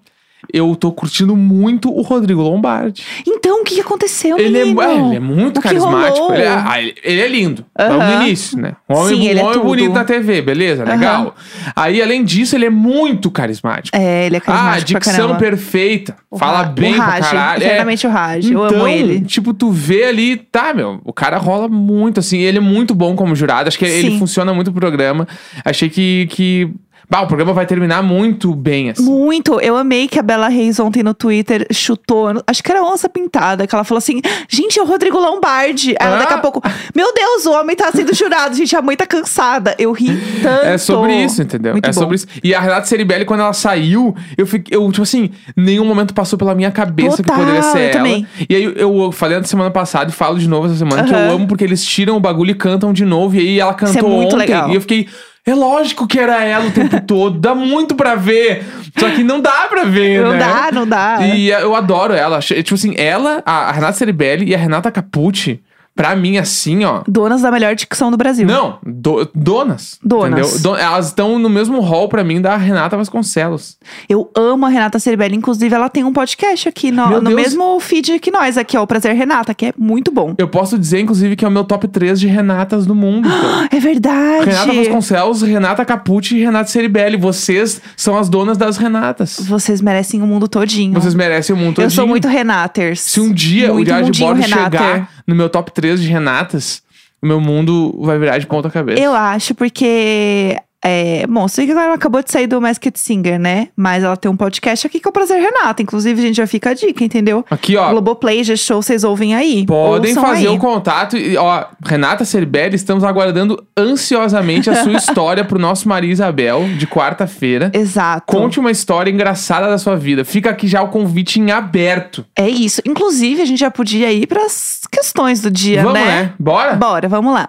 [SPEAKER 2] eu tô curtindo muito o Rodrigo Lombardi.
[SPEAKER 1] Então, o que que aconteceu,
[SPEAKER 2] Ele é,
[SPEAKER 1] menino?
[SPEAKER 2] é, ele é muito
[SPEAKER 1] O que
[SPEAKER 2] carismático.
[SPEAKER 1] rolou?
[SPEAKER 2] Ele é, ah, ele- ele é lindo. É um
[SPEAKER 1] Aham.
[SPEAKER 2] início, né? Um homem,
[SPEAKER 1] Sim, ele é
[SPEAKER 2] um homem
[SPEAKER 1] tudo.
[SPEAKER 2] bonito na TV, beleza?
[SPEAKER 1] Aham.
[SPEAKER 2] Legal. Aí, além disso, ele é muito carismático.
[SPEAKER 1] É, ele é
[SPEAKER 2] Ah,
[SPEAKER 1] carismático pra
[SPEAKER 2] dicção
[SPEAKER 1] caramba.
[SPEAKER 2] perfeita.
[SPEAKER 1] O
[SPEAKER 2] Fala
[SPEAKER 1] Ra-
[SPEAKER 2] bem
[SPEAKER 1] o
[SPEAKER 2] pra
[SPEAKER 1] Raj,
[SPEAKER 2] caralho. É.
[SPEAKER 1] Eternamente o Raj. Eu
[SPEAKER 2] Então,
[SPEAKER 1] amo ele.
[SPEAKER 2] Tipo, tu vê ali, tá, meu, o cara rola muito, assim, ele é muito bom como jurado, acho que ele
[SPEAKER 1] Sim.
[SPEAKER 2] funciona muito o programa. Achei que. que... Bah, o programa vai terminar muito bem, assim.
[SPEAKER 1] Muito. Eu amei que a Bela Reis ontem no Twitter chutou. Acho que era onça pintada, que ela falou assim: gente, é o Rodrigo Lombardi. Aí ela
[SPEAKER 2] Ah.
[SPEAKER 1] daqui a pouco, meu Deus, o homem tá sendo jurado, gente, a mãe tá cansada. Eu ri tanto.
[SPEAKER 2] É sobre isso, entendeu?
[SPEAKER 1] Muito
[SPEAKER 2] é
[SPEAKER 1] bom.
[SPEAKER 2] sobre isso. E a Renata Ceribelli, quando ela saiu, eu fiquei. Eu, tipo assim, nenhum momento passou pela minha cabeça
[SPEAKER 1] Total,
[SPEAKER 2] que poderia ser
[SPEAKER 1] eu
[SPEAKER 2] ela.
[SPEAKER 1] também.
[SPEAKER 2] E aí eu falei na semana passada e falo de novo essa semana que eu
[SPEAKER 1] Aham.
[SPEAKER 2] amo porque eles tiram o bagulho e cantam de novo. E aí ela
[SPEAKER 1] é
[SPEAKER 2] cantou ontem.
[SPEAKER 1] muito legal.
[SPEAKER 2] E eu fiquei. É lógico que era ela o tempo todo, dá muito pra ver. Só que não dá pra ver,
[SPEAKER 1] Não
[SPEAKER 2] né?
[SPEAKER 1] dá, não dá.
[SPEAKER 2] E eu adoro ela. Achei- Tipo assim, ela, a a Renata Ceribelli e a Renata Capucci, pra mim, assim, ó.
[SPEAKER 1] Donas da melhor dicção do Brasil.
[SPEAKER 2] Não, do- donas.
[SPEAKER 1] Donas.
[SPEAKER 2] Entendeu? Don- elas estão no mesmo hall pra mim da Renata Vasconcelos.
[SPEAKER 1] Eu amo a Renata Ceribelli. Inclusive, ela tem um podcast aqui no,
[SPEAKER 2] Meu
[SPEAKER 1] no
[SPEAKER 2] Deus.
[SPEAKER 1] mesmo feed que nós, aqui, ó, o Prazer Renata, que é muito bom.
[SPEAKER 2] Eu posso dizer, inclusive, que é o meu top 3 de Renatas do mundo. então.
[SPEAKER 1] É verdade.
[SPEAKER 2] Renata Vasconcelos, Renata Capucci e Renata Ceribelli. Vocês são as donas das Renatas.
[SPEAKER 1] Vocês merecem o mundo todinho.
[SPEAKER 2] Vocês merecem o mundo
[SPEAKER 1] Eu sou
[SPEAKER 2] todinho.
[SPEAKER 1] muito Renaters.
[SPEAKER 2] Se um dia o
[SPEAKER 1] Muito
[SPEAKER 2] Diário de
[SPEAKER 1] mundinho
[SPEAKER 2] Bordo
[SPEAKER 1] Renata. é.
[SPEAKER 2] chegar no meu top 3 de Renatas, o meu mundo vai virar de ponta cabeça.
[SPEAKER 1] Eu acho, porque. É, bom, sei que ela acabou de sair do Masked Singer, né? Mas ela tem um podcast aqui que é o Prazer Renata. Inclusive, gente, já fica a dica, entendeu?
[SPEAKER 2] Aqui, ó.
[SPEAKER 1] Globoplay, G-Show, vocês ouvem aí.
[SPEAKER 2] Podem
[SPEAKER 1] Ouçam
[SPEAKER 2] fazer
[SPEAKER 1] aí.
[SPEAKER 2] o contato. E, ó, Renata Ceribelli, estamos aguardando ansiosamente a sua história pro nosso Maria Isabel, de quarta-feira.
[SPEAKER 1] Exato.
[SPEAKER 2] Conte uma história engraçada da sua vida. Fica aqui já o convite em aberto.
[SPEAKER 1] É isso. Inclusive, a gente já podia ir pras questões do dia,
[SPEAKER 2] Vamos, né? Bora?
[SPEAKER 1] Bora, vamos lá.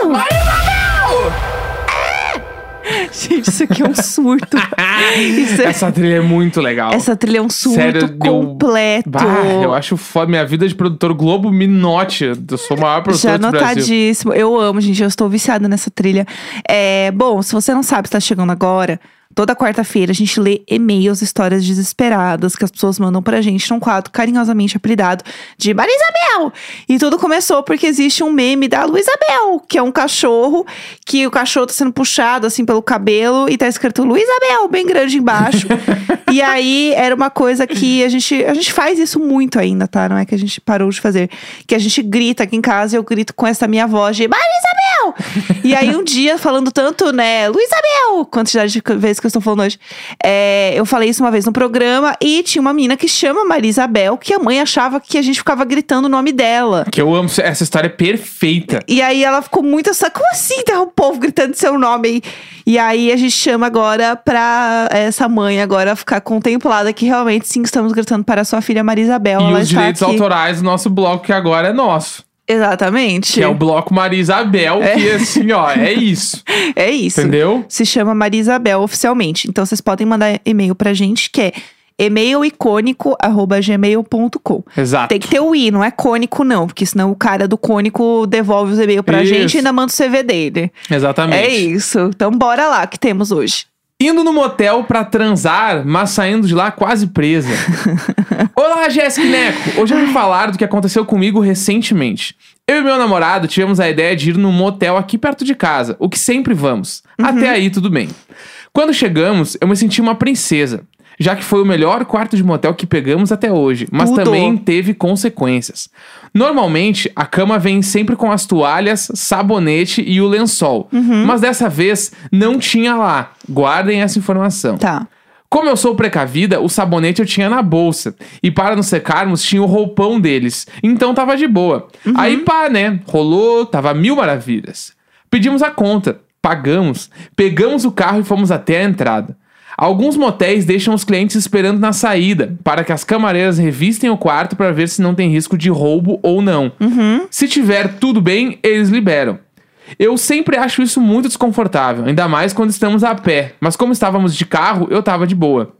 [SPEAKER 1] Gente, isso aqui é um surto. Isso é-
[SPEAKER 2] Essa trilha é muito legal.
[SPEAKER 1] Essa é trilha é um surto
[SPEAKER 2] Sério, deu-
[SPEAKER 1] completo.
[SPEAKER 2] Bah, eu acho foda. Minha vida de produtor Globo me note. Eu sou o maior produtor
[SPEAKER 1] Já
[SPEAKER 2] do Brasil.
[SPEAKER 1] anotadíssimo. Eu amo, gente. Eu estou viciada nessa trilha. É, bom, se você não sabe, está chegando agora. Toda quarta-feira a gente lê e-mails, histórias desesperadas que as pessoas mandam pra gente num quadro carinhosamente apelidado de Marisa Bel. E tudo começou porque existe um meme da Luísa Bel, que é um cachorro que o cachorro tá sendo puxado assim pelo cabelo e tá escrito Luísa Bel bem grande embaixo. e aí era uma coisa que a gente a gente faz isso muito ainda, tá? Não é que a gente parou de fazer, que a gente grita aqui em casa, eu grito com essa minha voz de Marisabel. e aí um dia falando tanto, né, Luísabel, quantidade de vezes que eu estou falando hoje. é, eu falei isso uma vez no programa e tinha uma mina que chama Marisabel, que a mãe achava que a gente ficava gritando o nome dela.
[SPEAKER 2] Que eu amo. Essa história é perfeita.
[SPEAKER 1] E aí ela ficou muito assim, como assim tá o povo gritando seu nome aí? E aí a gente chama agora pra essa mãe agora ficar contemplada que realmente sim, estamos gritando para sua filha Marisabel.
[SPEAKER 2] e
[SPEAKER 1] ela
[SPEAKER 2] os
[SPEAKER 1] está
[SPEAKER 2] direitos
[SPEAKER 1] aqui.
[SPEAKER 2] autorais do nosso bloco, que agora é nosso.
[SPEAKER 1] Exatamente.
[SPEAKER 2] Que é o bloco Maria Isabel, que assim, ó, é isso.
[SPEAKER 1] É isso.
[SPEAKER 2] Entendeu?
[SPEAKER 1] Se chama Marisabel oficialmente. Então vocês podem mandar e-mail pra gente que é e-mailicônico@gmail.com.
[SPEAKER 2] Exato.
[SPEAKER 1] Tem que ter o i, não é cônico não, porque senão o cara do cônico devolve os e-mails pra
[SPEAKER 2] Isso.
[SPEAKER 1] gente e ainda manda o CV dele.
[SPEAKER 2] Exatamente.
[SPEAKER 1] É isso. Então bora lá que temos hoje.
[SPEAKER 2] Indo no motel pra transar, mas saindo de lá quase presa. Olá, Jéssica e Neco. Hoje eu vim falar do que aconteceu comigo recentemente. Eu e meu namorado tivemos a ideia de ir num motel aqui perto de casa, o que sempre vamos.
[SPEAKER 1] Uhum.
[SPEAKER 2] Até aí tudo bem. Quando chegamos, eu me senti uma princesa, já que foi o melhor quarto de motel que pegamos até hoje, mas
[SPEAKER 1] Tudo.
[SPEAKER 2] também teve consequências. Normalmente, a cama vem sempre com as toalhas, sabonete e o lençol. Mas dessa vez não tinha lá. Guardem essa informação.
[SPEAKER 1] Tá.
[SPEAKER 2] Como eu sou precavida, o sabonete eu tinha na bolsa. E para nos secarmos, tinha o roupão deles. Então tava de boa. Aí pá, né? Rolou, tava mil maravilhas. Pedimos a conta, pagamos, pegamos o carro e fomos até a entrada. Alguns motéis deixam os clientes esperando na saída, para que as camareiras revistem o quarto para ver se não tem risco de roubo ou não. Se tiver tudo bem, eles liberam. Eu sempre acho isso muito desconfortável, ainda mais quando estamos a pé, mas como estávamos de carro, eu tava de boa.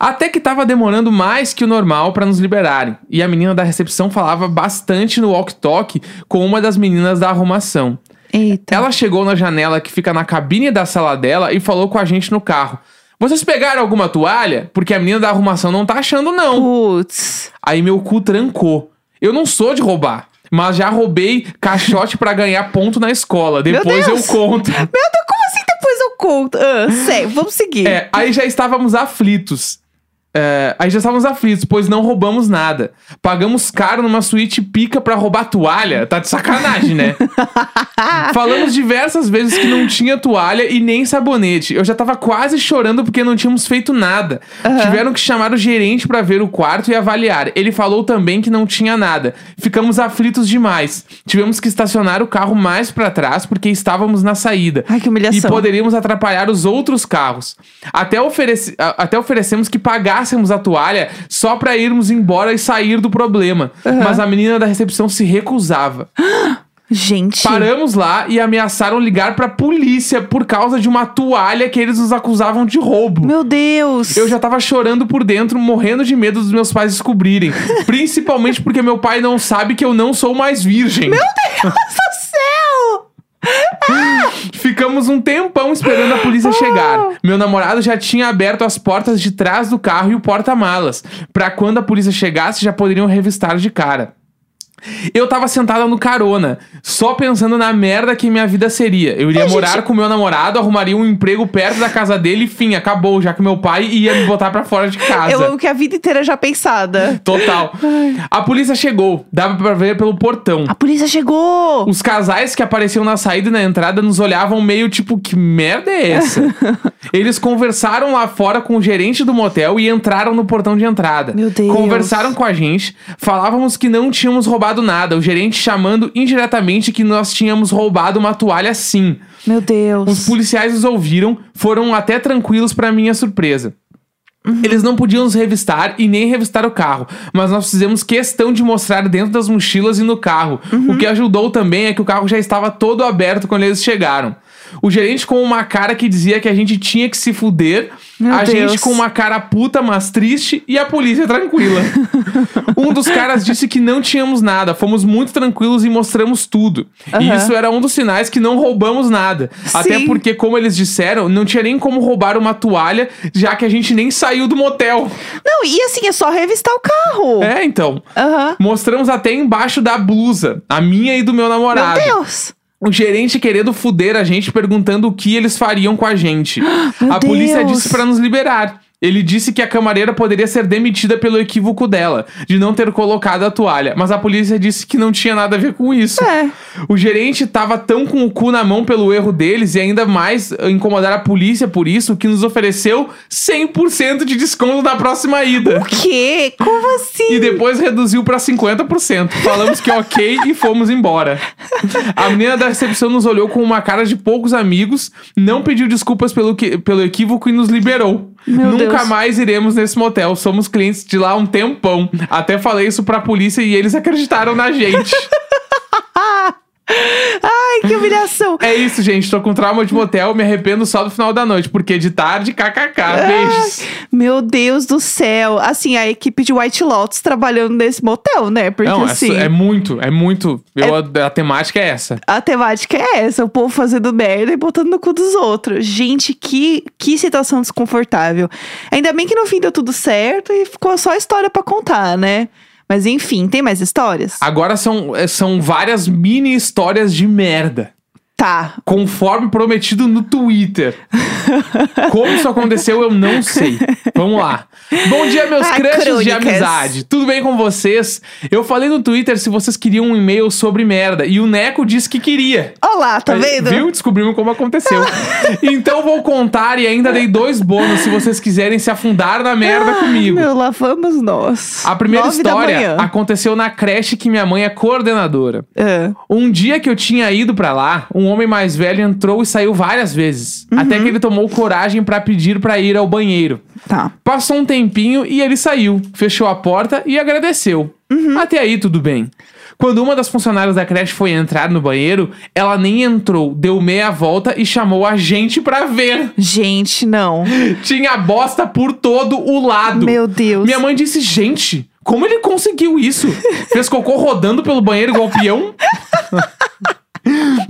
[SPEAKER 2] Até que tava demorando mais que o normal pra nos liberarem, e a menina da recepção falava bastante no walk-talk com uma das meninas da arrumação.
[SPEAKER 1] Eita.
[SPEAKER 2] Ela chegou na janela que fica na cabine da sala dela e falou com a gente no carro. Vocês pegaram alguma toalha? Porque a menina da arrumação não tá achando, não.
[SPEAKER 1] Putz.
[SPEAKER 2] Aí meu cu trancou. Eu não sou de roubar, mas já roubei caixote pra ganhar ponto na escola. Depois eu
[SPEAKER 1] Deus.
[SPEAKER 2] conto.
[SPEAKER 1] Meu Deus, como assim depois eu conto? Ah, sério, vamos seguir.
[SPEAKER 2] É, aí já estávamos aflitos. É, aí já estávamos aflitos, pois não roubamos nada. Pagamos caro numa suíte pica pra roubar toalha. Tá de sacanagem, né? Falamos diversas vezes que não tinha toalha e nem sabonete. Eu já tava quase chorando porque não tínhamos feito nada. Tiveram que chamar o gerente pra ver o quarto e avaliar. Ele falou também que não tinha nada. Ficamos aflitos demais. Tivemos que estacionar o carro mais pra trás porque estávamos na saída.
[SPEAKER 1] Ai, que
[SPEAKER 2] E
[SPEAKER 1] humilhação.
[SPEAKER 2] poderíamos atrapalhar os outros carros. Até, ofereci- a- até oferecemos que pagássemos a toalha só pra irmos embora e sair do problema. Mas a menina da recepção se recusava.
[SPEAKER 1] Gente.
[SPEAKER 2] Paramos lá e ameaçaram ligar pra polícia por causa de uma toalha que eles nos acusavam de roubo.
[SPEAKER 1] Meu Deus.
[SPEAKER 2] Eu já tava chorando por dentro, morrendo de medo dos meus pais descobrirem. principalmente porque meu pai não sabe que eu não sou mais virgem.
[SPEAKER 1] Nossa, céu!
[SPEAKER 2] Ficamos um tempão esperando a polícia
[SPEAKER 1] Ah.
[SPEAKER 2] chegar. Meu namorado já tinha aberto as portas de trás do carro e o porta-malas, Pra quando a polícia chegasse já poderiam revistar de cara. Eu tava sentada no carona, só pensando na merda que minha vida seria. Eu iria
[SPEAKER 1] Ai, gente.
[SPEAKER 2] morar com meu namorado, arrumaria um emprego perto da casa dele e fim, acabou, já que meu pai ia me botar pra fora de casa.
[SPEAKER 1] Eu amo que a vida inteira é já pensada.
[SPEAKER 2] Total. A polícia chegou, dava pra ver pelo portão.
[SPEAKER 1] A polícia chegou!
[SPEAKER 2] Os casais que apareciam na saída e na entrada nos olhavam meio tipo, que merda é essa? Eles conversaram lá fora com o gerente do motel e entraram no portão de entrada.
[SPEAKER 1] Meu Deus.
[SPEAKER 2] Conversaram com a gente, falávamos que não tínhamos roubado nada, o gerente chamando indiretamente que nós tínhamos roubado uma toalha sim.
[SPEAKER 1] Meu Deus.
[SPEAKER 2] Os policiais os ouviram, foram até tranquilos pra minha surpresa.
[SPEAKER 1] Uhum.
[SPEAKER 2] Eles não podiam nos revistar e nem revistar o carro, mas nós fizemos questão de mostrar dentro das mochilas e no carro. O
[SPEAKER 1] Uhum.
[SPEAKER 2] que ajudou também é que o carro já estava todo aberto quando eles chegaram. O gerente com uma cara que dizia que a gente tinha que se fuder,
[SPEAKER 1] Meu
[SPEAKER 2] a gente
[SPEAKER 1] Deus.
[SPEAKER 2] com uma cara puta, mas triste, e a polícia tranquila. um dos caras disse que não tínhamos nada, fomos muito tranquilos e mostramos tudo. E
[SPEAKER 1] Aham.
[SPEAKER 2] isso era um dos sinais que não roubamos nada. Até
[SPEAKER 1] Sim.
[SPEAKER 2] porque, como eles disseram, não tinha nem como roubar uma toalha, já que a gente nem saiu do motel.
[SPEAKER 1] Não, e assim, é só revistar o carro.
[SPEAKER 2] É, então.
[SPEAKER 1] Aham.
[SPEAKER 2] Mostramos até embaixo da blusa, a minha e do meu
[SPEAKER 1] Meu
[SPEAKER 2] namorado.
[SPEAKER 1] Deus!
[SPEAKER 2] O gerente querendo fuder a gente, perguntando o que eles fariam com a gente.
[SPEAKER 1] Meu
[SPEAKER 2] a polícia
[SPEAKER 1] Deus.
[SPEAKER 2] disse pra nos liberar. Ele disse que a camareira poderia ser demitida pelo equívoco dela, de não ter colocado a toalha. Mas a polícia disse que não tinha nada a ver com isso.
[SPEAKER 1] É.
[SPEAKER 2] O gerente tava tão com o cu na mão pelo erro deles e ainda mais eh, incomodar a polícia por isso que nos ofereceu 100% de desconto na próxima ida.
[SPEAKER 1] Que? Como assim?
[SPEAKER 2] E depois reduziu pra 50%. Falamos que ok e fomos embora. A menina da recepção nos olhou com uma cara de poucos amigos, não pediu desculpas pelo, que- pelo equívoco e nos liberou.
[SPEAKER 1] Meu
[SPEAKER 2] Nunca
[SPEAKER 1] Deus.
[SPEAKER 2] mais iremos nesse motel. Somos clientes de lá há um tempão. Até falei isso pra polícia e eles acreditaram na gente.
[SPEAKER 1] Ai, que humilhação.
[SPEAKER 2] É isso, gente. Tô com trauma de motel, me arrependo só do final da noite, porque de tarde,
[SPEAKER 1] É,
[SPEAKER 2] kkk. Beijos.
[SPEAKER 1] Meu Deus do céu. Assim, a equipe de White Lotus trabalhando nesse motel, né? Porque
[SPEAKER 2] Não, é,
[SPEAKER 1] assim,
[SPEAKER 2] é muito, é muito. Eu, a, a temática é essa.
[SPEAKER 1] a temática é essa: o povo fazendo merda e botando no cu dos outros. Gente, que, que situação desconfortável. Ainda bem que no fim deu tudo certo e ficou só história pra contar, né? Mas enfim, tem mais histórias?
[SPEAKER 2] Agora são, é, são várias mini histórias de merda.
[SPEAKER 1] Tá.
[SPEAKER 2] Conforme prometido no Twitter. Como isso aconteceu, eu não sei. Vamos lá. Bom dia, meus
[SPEAKER 1] Ah,
[SPEAKER 2] crushes de
[SPEAKER 1] crônicas.
[SPEAKER 2] amizade. Tudo bem com vocês? Eu falei no Twitter se vocês queriam um e-mail sobre merda. E o Neco disse que queria.
[SPEAKER 1] Olá, tá vendo?
[SPEAKER 2] Viu? Descobrimos como aconteceu. então vou contar e ainda dei dois bônus se vocês quiserem se afundar na merda comigo.
[SPEAKER 1] Ah, Meu, lá vamos nós.
[SPEAKER 2] A primeira
[SPEAKER 1] Nove Da
[SPEAKER 2] história
[SPEAKER 1] manhã.
[SPEAKER 2] aconteceu na creche que minha mãe é coordenadora.
[SPEAKER 1] Ah,
[SPEAKER 2] Um dia que eu tinha ido pra lá, um homem mais velho entrou e saiu várias vezes,
[SPEAKER 1] Uhum.
[SPEAKER 2] até que ele tomou coragem pra pedir pra ir ao banheiro.
[SPEAKER 1] tá.
[SPEAKER 2] Passou um tempinho e ele saiu, fechou a porta e agradeceu.
[SPEAKER 1] Uhum.
[SPEAKER 2] Até aí tudo bem. Quando uma das funcionárias da creche foi entrar no banheiro, ela nem entrou, deu meia volta e chamou a gente pra ver.
[SPEAKER 1] Gente, não.
[SPEAKER 2] Tinha bosta por todo o lado.
[SPEAKER 1] Meu Deus.
[SPEAKER 2] Minha mãe disse: gente, como ele conseguiu isso? Fez cocô rodando pelo banheiro igual peão?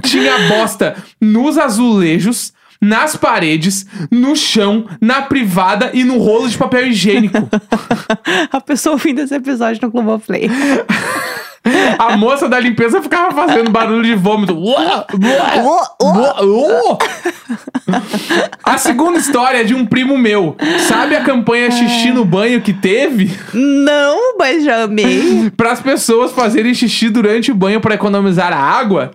[SPEAKER 2] Tinha bosta nos azulejos, nas paredes, no chão, na privada e no rolo de papel higiênico.
[SPEAKER 1] A pessoa ouvindo esse episódio no Globoplay.
[SPEAKER 2] A moça da limpeza ficava fazendo barulho de vômito. Uá, uá. Boa- oh! A segunda história é de um primo meu. Sabe a
[SPEAKER 1] É.
[SPEAKER 2] campanha xixi no banho que teve?
[SPEAKER 1] Não, mas já amei.
[SPEAKER 2] Para as pessoas fazerem xixi durante o banho para economizar a água?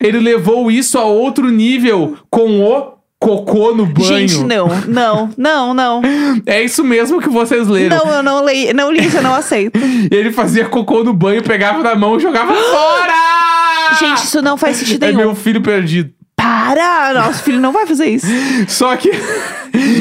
[SPEAKER 2] Ele levou isso a outro nível com o cocô no banho.
[SPEAKER 1] Gente, não, não, não, não.
[SPEAKER 2] É isso mesmo que vocês leram.
[SPEAKER 1] Não, eu não li, não li isso, eu não aceito.
[SPEAKER 2] Ele fazia cocô no banho, pegava na mão e jogava fora!
[SPEAKER 1] Gente, isso não faz sentido
[SPEAKER 2] é
[SPEAKER 1] nenhum.
[SPEAKER 2] meu filho perdido.
[SPEAKER 1] Para! Nosso filho não vai fazer isso.
[SPEAKER 2] Só que.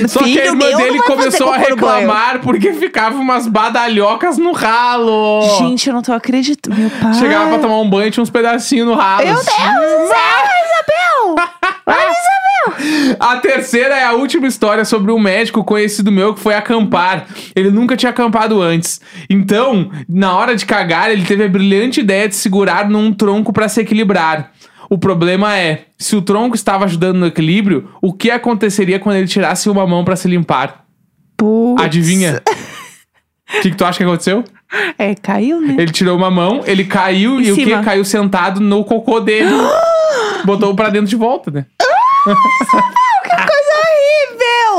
[SPEAKER 2] Só que a
[SPEAKER 1] Filho
[SPEAKER 2] irmã
[SPEAKER 1] meu
[SPEAKER 2] dele
[SPEAKER 1] não vai
[SPEAKER 2] começou a
[SPEAKER 1] fazer cocô no
[SPEAKER 2] reclamar porque ficava umas badalhocas no ralo.
[SPEAKER 1] Gente, eu não tô acreditando. Meu pai.
[SPEAKER 2] Chegava pra tomar um banho e tinha uns pedacinhos no ralo. assim.
[SPEAKER 1] Meu Deus do céu, Isabel!
[SPEAKER 2] A terceira é a última história sobre um médico conhecido meu que foi acampar. Ele nunca tinha acampado antes. Então, na hora de cagar, ele teve a brilhante ideia de segurar num tronco pra se equilibrar. O problema é, se o tronco estava ajudando no equilíbrio, o que aconteceria quando ele tirasse uma mão pra se limpar?
[SPEAKER 1] Putz.
[SPEAKER 2] Adivinha? O que, que tu acha que aconteceu?
[SPEAKER 1] É, caiu, né?
[SPEAKER 2] Ele tirou uma mão, ele caiu
[SPEAKER 1] Em
[SPEAKER 2] e o
[SPEAKER 1] cima.
[SPEAKER 2] que? Caiu sentado no cocô dele. Botou pra dentro de volta, né?
[SPEAKER 1] Coisa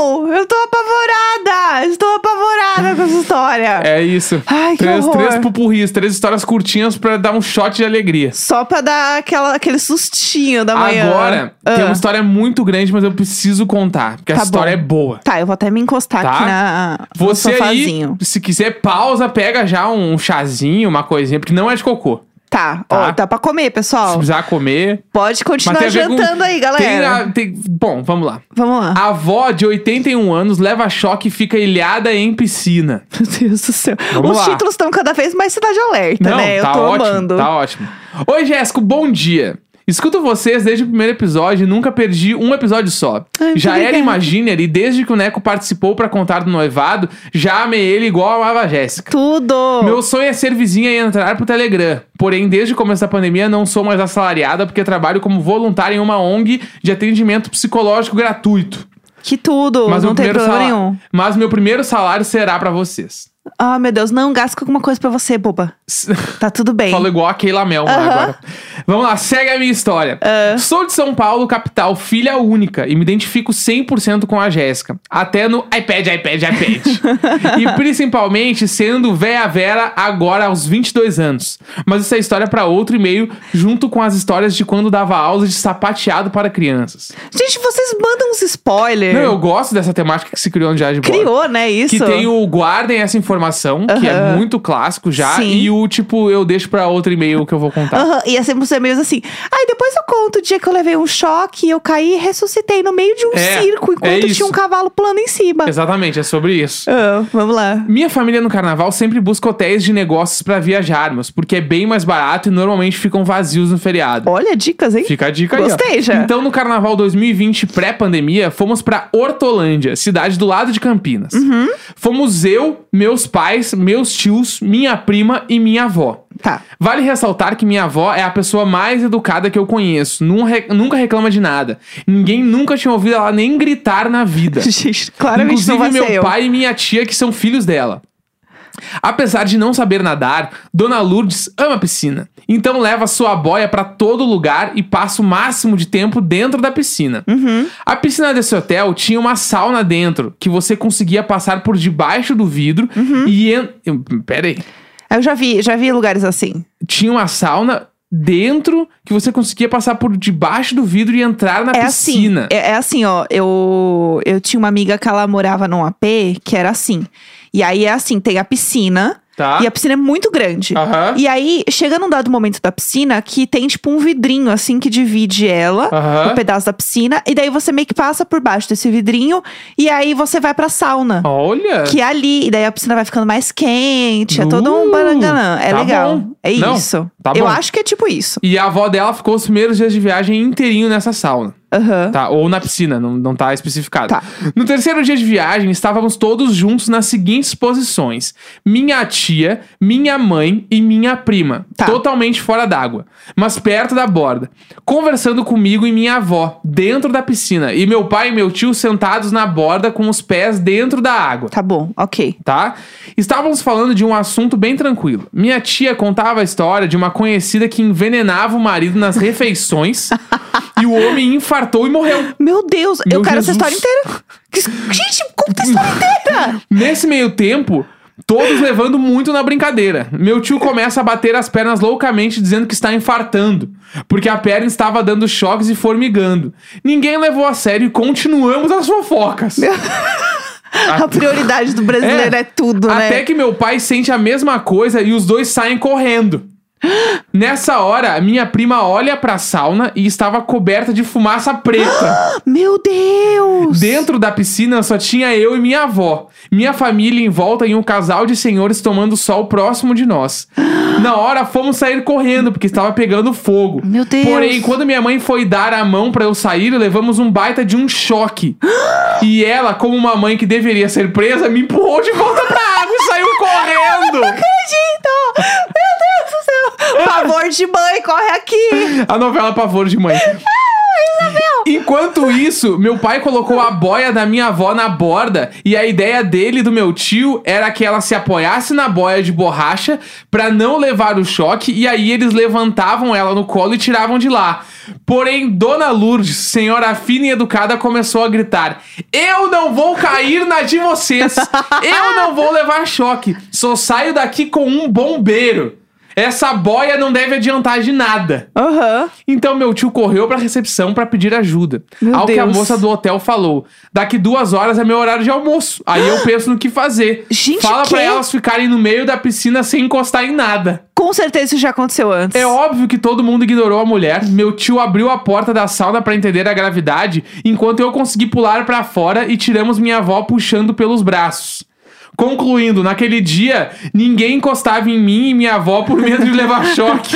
[SPEAKER 1] horrível! Eu tô apavorada! Estou apavorada com essa história.
[SPEAKER 2] É isso.
[SPEAKER 1] Ai, que
[SPEAKER 2] três,
[SPEAKER 1] horror.
[SPEAKER 2] três pupurris, três histórias curtinhas pra dar um shot de alegria.
[SPEAKER 1] Só pra dar aquela, aquele sustinho da manhã.
[SPEAKER 2] Agora,
[SPEAKER 1] Ah.
[SPEAKER 2] tem uma história muito grande, mas eu preciso contar, porque
[SPEAKER 1] Tá
[SPEAKER 2] a história
[SPEAKER 1] bom.
[SPEAKER 2] é boa.
[SPEAKER 1] Tá, eu vou até me encostar
[SPEAKER 2] Tá?
[SPEAKER 1] aqui na,
[SPEAKER 2] Você
[SPEAKER 1] no
[SPEAKER 2] aí,
[SPEAKER 1] sofazinho.
[SPEAKER 2] se quiser, pausa, pega já um chazinho, uma coisinha, porque não é de cocô.
[SPEAKER 1] Tá,
[SPEAKER 2] Tá.
[SPEAKER 1] ó, dá pra comer,
[SPEAKER 2] Se
[SPEAKER 1] pessoal.
[SPEAKER 2] precisar comer.
[SPEAKER 1] Pode
[SPEAKER 2] Mas tem
[SPEAKER 1] continuar
[SPEAKER 2] a ver com-
[SPEAKER 1] jantando aí,
[SPEAKER 2] Tem
[SPEAKER 1] galera.
[SPEAKER 2] a- tem- bom, vamos lá.
[SPEAKER 1] Vamos lá.
[SPEAKER 2] A avó de 81 anos leva choque e fica ilhada em piscina.
[SPEAKER 1] Meu Deus do céu.
[SPEAKER 2] Vamos
[SPEAKER 1] Os
[SPEAKER 2] lá.
[SPEAKER 1] títulos estão cada vez mais cidade alerta,
[SPEAKER 2] Não,
[SPEAKER 1] né? Eu
[SPEAKER 2] tá
[SPEAKER 1] tô
[SPEAKER 2] ótimo,
[SPEAKER 1] amando.
[SPEAKER 2] tá ótimo. Oi, Jéssico, bom dia. Escuto vocês desde o primeiro episódio e nunca perdi um episódio só.
[SPEAKER 1] Ai,
[SPEAKER 2] já
[SPEAKER 1] obrigada.
[SPEAKER 2] era Imaginer e desde que o Neco participou pra contar do noivado, já amei ele igual amava a Jéssica.
[SPEAKER 1] Tudo!
[SPEAKER 2] Meu sonho é ser vizinha e entrar pro Telegram. Porém, desde o começo da pandemia, não sou mais assalariada porque trabalho como voluntária em uma ONG de atendimento psicológico gratuito.
[SPEAKER 1] Que tudo!
[SPEAKER 2] meu
[SPEAKER 1] não tem
[SPEAKER 2] primeiro
[SPEAKER 1] problema
[SPEAKER 2] salário-
[SPEAKER 1] nenhum.
[SPEAKER 2] Mas meu primeiro salário será pra vocês.
[SPEAKER 1] Ah, meu Deus, não gasta com alguma coisa pra você, boba. Tá tudo bem.
[SPEAKER 2] Fala igual a Keila Mel né,
[SPEAKER 1] Aham. Ah.
[SPEAKER 2] agora. Vamos lá, segue a minha história. Sou de São Paulo, capital, filha única, e me identifico 100% com a Jéssica. Até no iPad, iPad, iPad. e principalmente sendo véia Vera agora aos 22 anos. Mas essa história é pra outro e-mail, junto com as histórias de quando dava aula de sapateado para crianças.
[SPEAKER 1] Gente, vocês mandam uns spoilers.
[SPEAKER 2] Não, eu gosto dessa temática que se criou no Diário de Bordo.
[SPEAKER 1] Criou, né? Isso.
[SPEAKER 2] Que tem o guardem essa informação, que é
[SPEAKER 1] Aham.
[SPEAKER 2] muito clássico já.
[SPEAKER 1] Sim.
[SPEAKER 2] E o tipo, eu deixo pra outro e-mail que eu vou contar.
[SPEAKER 1] Aham, e é sempre os e-mails assim. Aí depois eu conto o dia que eu levei um choque, eu caí e ressuscitei no meio de um
[SPEAKER 2] É,
[SPEAKER 1] circo
[SPEAKER 2] é
[SPEAKER 1] enquanto
[SPEAKER 2] isso.
[SPEAKER 1] tinha um cavalo pulando em cima.
[SPEAKER 2] Exatamente, é sobre isso.
[SPEAKER 1] Ah, vamos lá.
[SPEAKER 2] Minha família no carnaval sempre busca hotéis de negócios pra viajarmos, porque é bem mais barato e normalmente ficam vazios no feriado.
[SPEAKER 1] Olha, dicas, hein?
[SPEAKER 2] Fica a dica aí. ó.
[SPEAKER 1] Gostei já.
[SPEAKER 2] Então, no carnaval 2020, pré-pandemia, fomos pra Hortolândia, cidade do lado de Campinas.
[SPEAKER 1] Uhum.
[SPEAKER 2] Fomos eu, meus pais, meus tios, minha prima e minha avó.
[SPEAKER 1] Tá.
[SPEAKER 2] Vale ressaltar que minha avó é a pessoa mais educada que eu conheço. Nun- re- Nunca reclama de nada. Ninguém nunca tinha ouvido ela nem gritar na vida.
[SPEAKER 1] Gente, claramente
[SPEAKER 2] Inclusive,
[SPEAKER 1] não vai
[SPEAKER 2] meu
[SPEAKER 1] ser eu.
[SPEAKER 2] pai e minha tia, que são filhos dela. Apesar de não saber nadar, Dona Lourdes ama piscina. Então leva sua boia pra todo lugar e passa o máximo de tempo dentro da piscina.
[SPEAKER 1] Uhum.
[SPEAKER 2] A piscina desse hotel tinha uma sauna dentro que você conseguia passar por debaixo do vidro
[SPEAKER 1] Uhum.
[SPEAKER 2] e en... Pera aí.
[SPEAKER 1] Eu já vi, já vi lugares assim.
[SPEAKER 2] Tinha uma sauna dentro que você conseguia passar por debaixo do vidro e entrar na
[SPEAKER 1] é
[SPEAKER 2] piscina.
[SPEAKER 1] assim. É, é assim, ó. Eu, eu tinha uma amiga que ela morava num AP que era assim. E aí é assim: tem a piscina.
[SPEAKER 2] Tá?
[SPEAKER 1] E a piscina é muito grande.
[SPEAKER 2] Aham.
[SPEAKER 1] E aí, chega num dado momento da piscina que tem, tipo, um vidrinho, assim, que divide ela,
[SPEAKER 2] Aham.
[SPEAKER 1] o pedaço da piscina. E daí você meio que passa por baixo desse vidrinho. E aí você vai pra sauna,
[SPEAKER 2] Olha.
[SPEAKER 1] que é ali. E daí a piscina vai ficando mais quente. É todo
[SPEAKER 2] Uh,
[SPEAKER 1] um baranganã. É
[SPEAKER 2] tá
[SPEAKER 1] legal.
[SPEAKER 2] bom.
[SPEAKER 1] É
[SPEAKER 2] Não,
[SPEAKER 1] isso.
[SPEAKER 2] tá
[SPEAKER 1] Eu
[SPEAKER 2] bom.
[SPEAKER 1] acho que é tipo isso.
[SPEAKER 2] E a avó dela ficou os primeiros dias de viagem inteirinho nessa sauna.
[SPEAKER 1] Aham.
[SPEAKER 2] Tá, ou na piscina, não, não tá especificado.
[SPEAKER 1] Tá.
[SPEAKER 2] No terceiro dia de viagem, estávamos todos juntos nas seguintes posições: minha tia, minha mãe e minha prima,
[SPEAKER 1] Tá.
[SPEAKER 2] totalmente fora d'água, mas perto da borda, conversando comigo e minha avó, dentro da piscina, e meu pai e meu tio sentados na borda com os pés dentro da água
[SPEAKER 1] Tá bom, ok.
[SPEAKER 2] tá? Estávamos falando de um assunto bem tranquilo. Minha tia contava a história de uma conhecida que envenenava o marido nas refeições e o homem infartou e morreu.
[SPEAKER 1] Meu Deus,
[SPEAKER 2] Meu
[SPEAKER 1] eu quero essa
[SPEAKER 2] Jesus.
[SPEAKER 1] história inteira. Que- Gente, conta a história inteira!
[SPEAKER 2] Nesse meio tempo, todos levando muito na brincadeira. Meu tio começa a bater as pernas loucamente, dizendo que está infartando, porque a perna estava dando choques e formigando. Ninguém levou a sério e continuamos as fofocas.
[SPEAKER 1] A prioridade do brasileiro é, tudo,
[SPEAKER 2] Até
[SPEAKER 1] né?
[SPEAKER 2] que meu pai sente a mesma coisa e os dois saem correndo. Nessa hora, a minha prima olha pra sauna e estava coberta de fumaça preta.
[SPEAKER 1] Meu Deus!
[SPEAKER 2] Dentro da piscina só tinha eu e minha avó. Minha família em volta e um casal de senhores tomando sol próximo de nós. Na hora, fomos sair correndo porque estava pegando fogo.
[SPEAKER 1] Meu Deus.
[SPEAKER 2] Porém, quando minha mãe foi dar a mão pra eu sair, levamos um baita de um choque. e ela, como uma mãe que deveria ser presa, me empurrou de volta pra água e saiu correndo.
[SPEAKER 1] Acredito! Meu Deus do céu! Favor de mãe, corre aqui! Tá
[SPEAKER 2] A novela Pavor de Mãe. Enquanto isso, meu pai colocou a boia da minha avó na borda e a ideia dele e do meu tio era que ela se apoiasse na boia de borracha pra não levar o choque e aí eles levantavam ela no colo e tiravam de lá. Porém, Dona Lourdes, senhora fina e educada, começou a gritar: Eu não vou cair na de vocês! Eu não vou levar choque! Só saio daqui com um bombeiro! Essa boia não deve adiantar de nada!
[SPEAKER 1] Aham.
[SPEAKER 2] Então meu tio correu pra recepção pra pedir ajuda.
[SPEAKER 1] Meu
[SPEAKER 2] ao que a
[SPEAKER 1] Deus.
[SPEAKER 2] moça do hotel falou: daqui duas horas é meu horário de almoço. Aí eu penso no que fazer.
[SPEAKER 1] Gente,
[SPEAKER 2] Fala pra
[SPEAKER 1] quê?
[SPEAKER 2] elas ficarem no meio da piscina sem encostar em nada.
[SPEAKER 1] Com certeza isso já aconteceu antes.
[SPEAKER 2] É óbvio que todo mundo ignorou a mulher. Meu tio abriu a porta da sauna pra entender a gravidade, enquanto eu consegui pular pra fora e tiramos minha avó puxando pelos braços. Concluindo, naquele dia, ninguém encostava em mim e minha avó por medo de levar choque.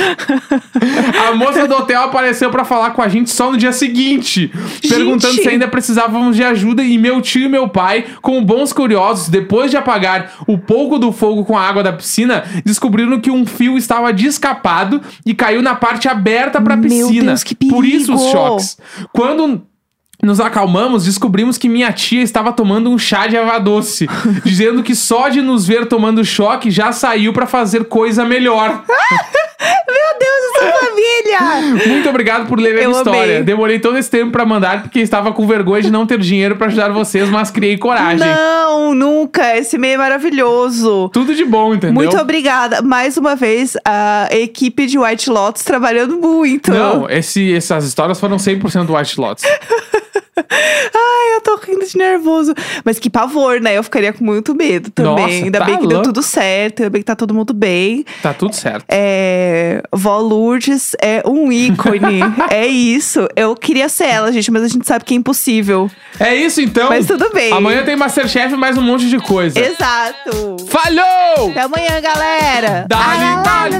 [SPEAKER 2] A moça do hotel apareceu pra falar com a gente só no dia seguinte, perguntando
[SPEAKER 1] Gente.
[SPEAKER 2] se ainda precisávamos de ajuda e meu tio e meu pai, como bons curiosos, depois de apagar o pouco do fogo com a água da piscina, descobriram que um fio estava descapado e caiu na parte aberta pra
[SPEAKER 1] Meu
[SPEAKER 2] piscina.
[SPEAKER 1] Deus, que
[SPEAKER 2] Por isso os
[SPEAKER 1] perigo.
[SPEAKER 2] choques. Quando nos acalmamos, descobrimos que minha tia estava tomando um chá de erva doce, dizendo que só de nos ver tomando choque já saiu pra fazer coisa melhor.
[SPEAKER 1] Meu Deus, essa família!
[SPEAKER 2] Muito obrigado por ler a
[SPEAKER 1] Eu
[SPEAKER 2] história.
[SPEAKER 1] amei.
[SPEAKER 2] Demorei todo esse tempo pra mandar porque estava com vergonha de não ter dinheiro pra ajudar vocês, mas criei coragem.
[SPEAKER 1] Não, nunca! Esse meio é maravilhoso!
[SPEAKER 2] Tudo de bom, entendeu?
[SPEAKER 1] Muito obrigada. Mais uma vez, a equipe de White Lotus trabalhando muito.
[SPEAKER 2] Não, esse, essas histórias foram 100% White Lotus.
[SPEAKER 1] Ai, eu tô rindo de nervoso. Mas que pavor, né? Eu ficaria com muito medo também.
[SPEAKER 2] Nossa,
[SPEAKER 1] ainda
[SPEAKER 2] tá
[SPEAKER 1] bem que deu
[SPEAKER 2] louco.
[SPEAKER 1] tudo certo, ainda bem que tá todo mundo bem.
[SPEAKER 2] Tá tudo certo.
[SPEAKER 1] É, Vó Lourdes é um ícone. é isso. Eu queria ser ela, gente, mas a gente sabe que é impossível.
[SPEAKER 2] É isso então.
[SPEAKER 1] Mas tudo bem.
[SPEAKER 2] Amanhã tem Masterchef e mais um monte de coisa.
[SPEAKER 1] Exato.
[SPEAKER 2] Falou!
[SPEAKER 1] Até amanhã, galera.
[SPEAKER 2] Dá-lhe, dá-lhe.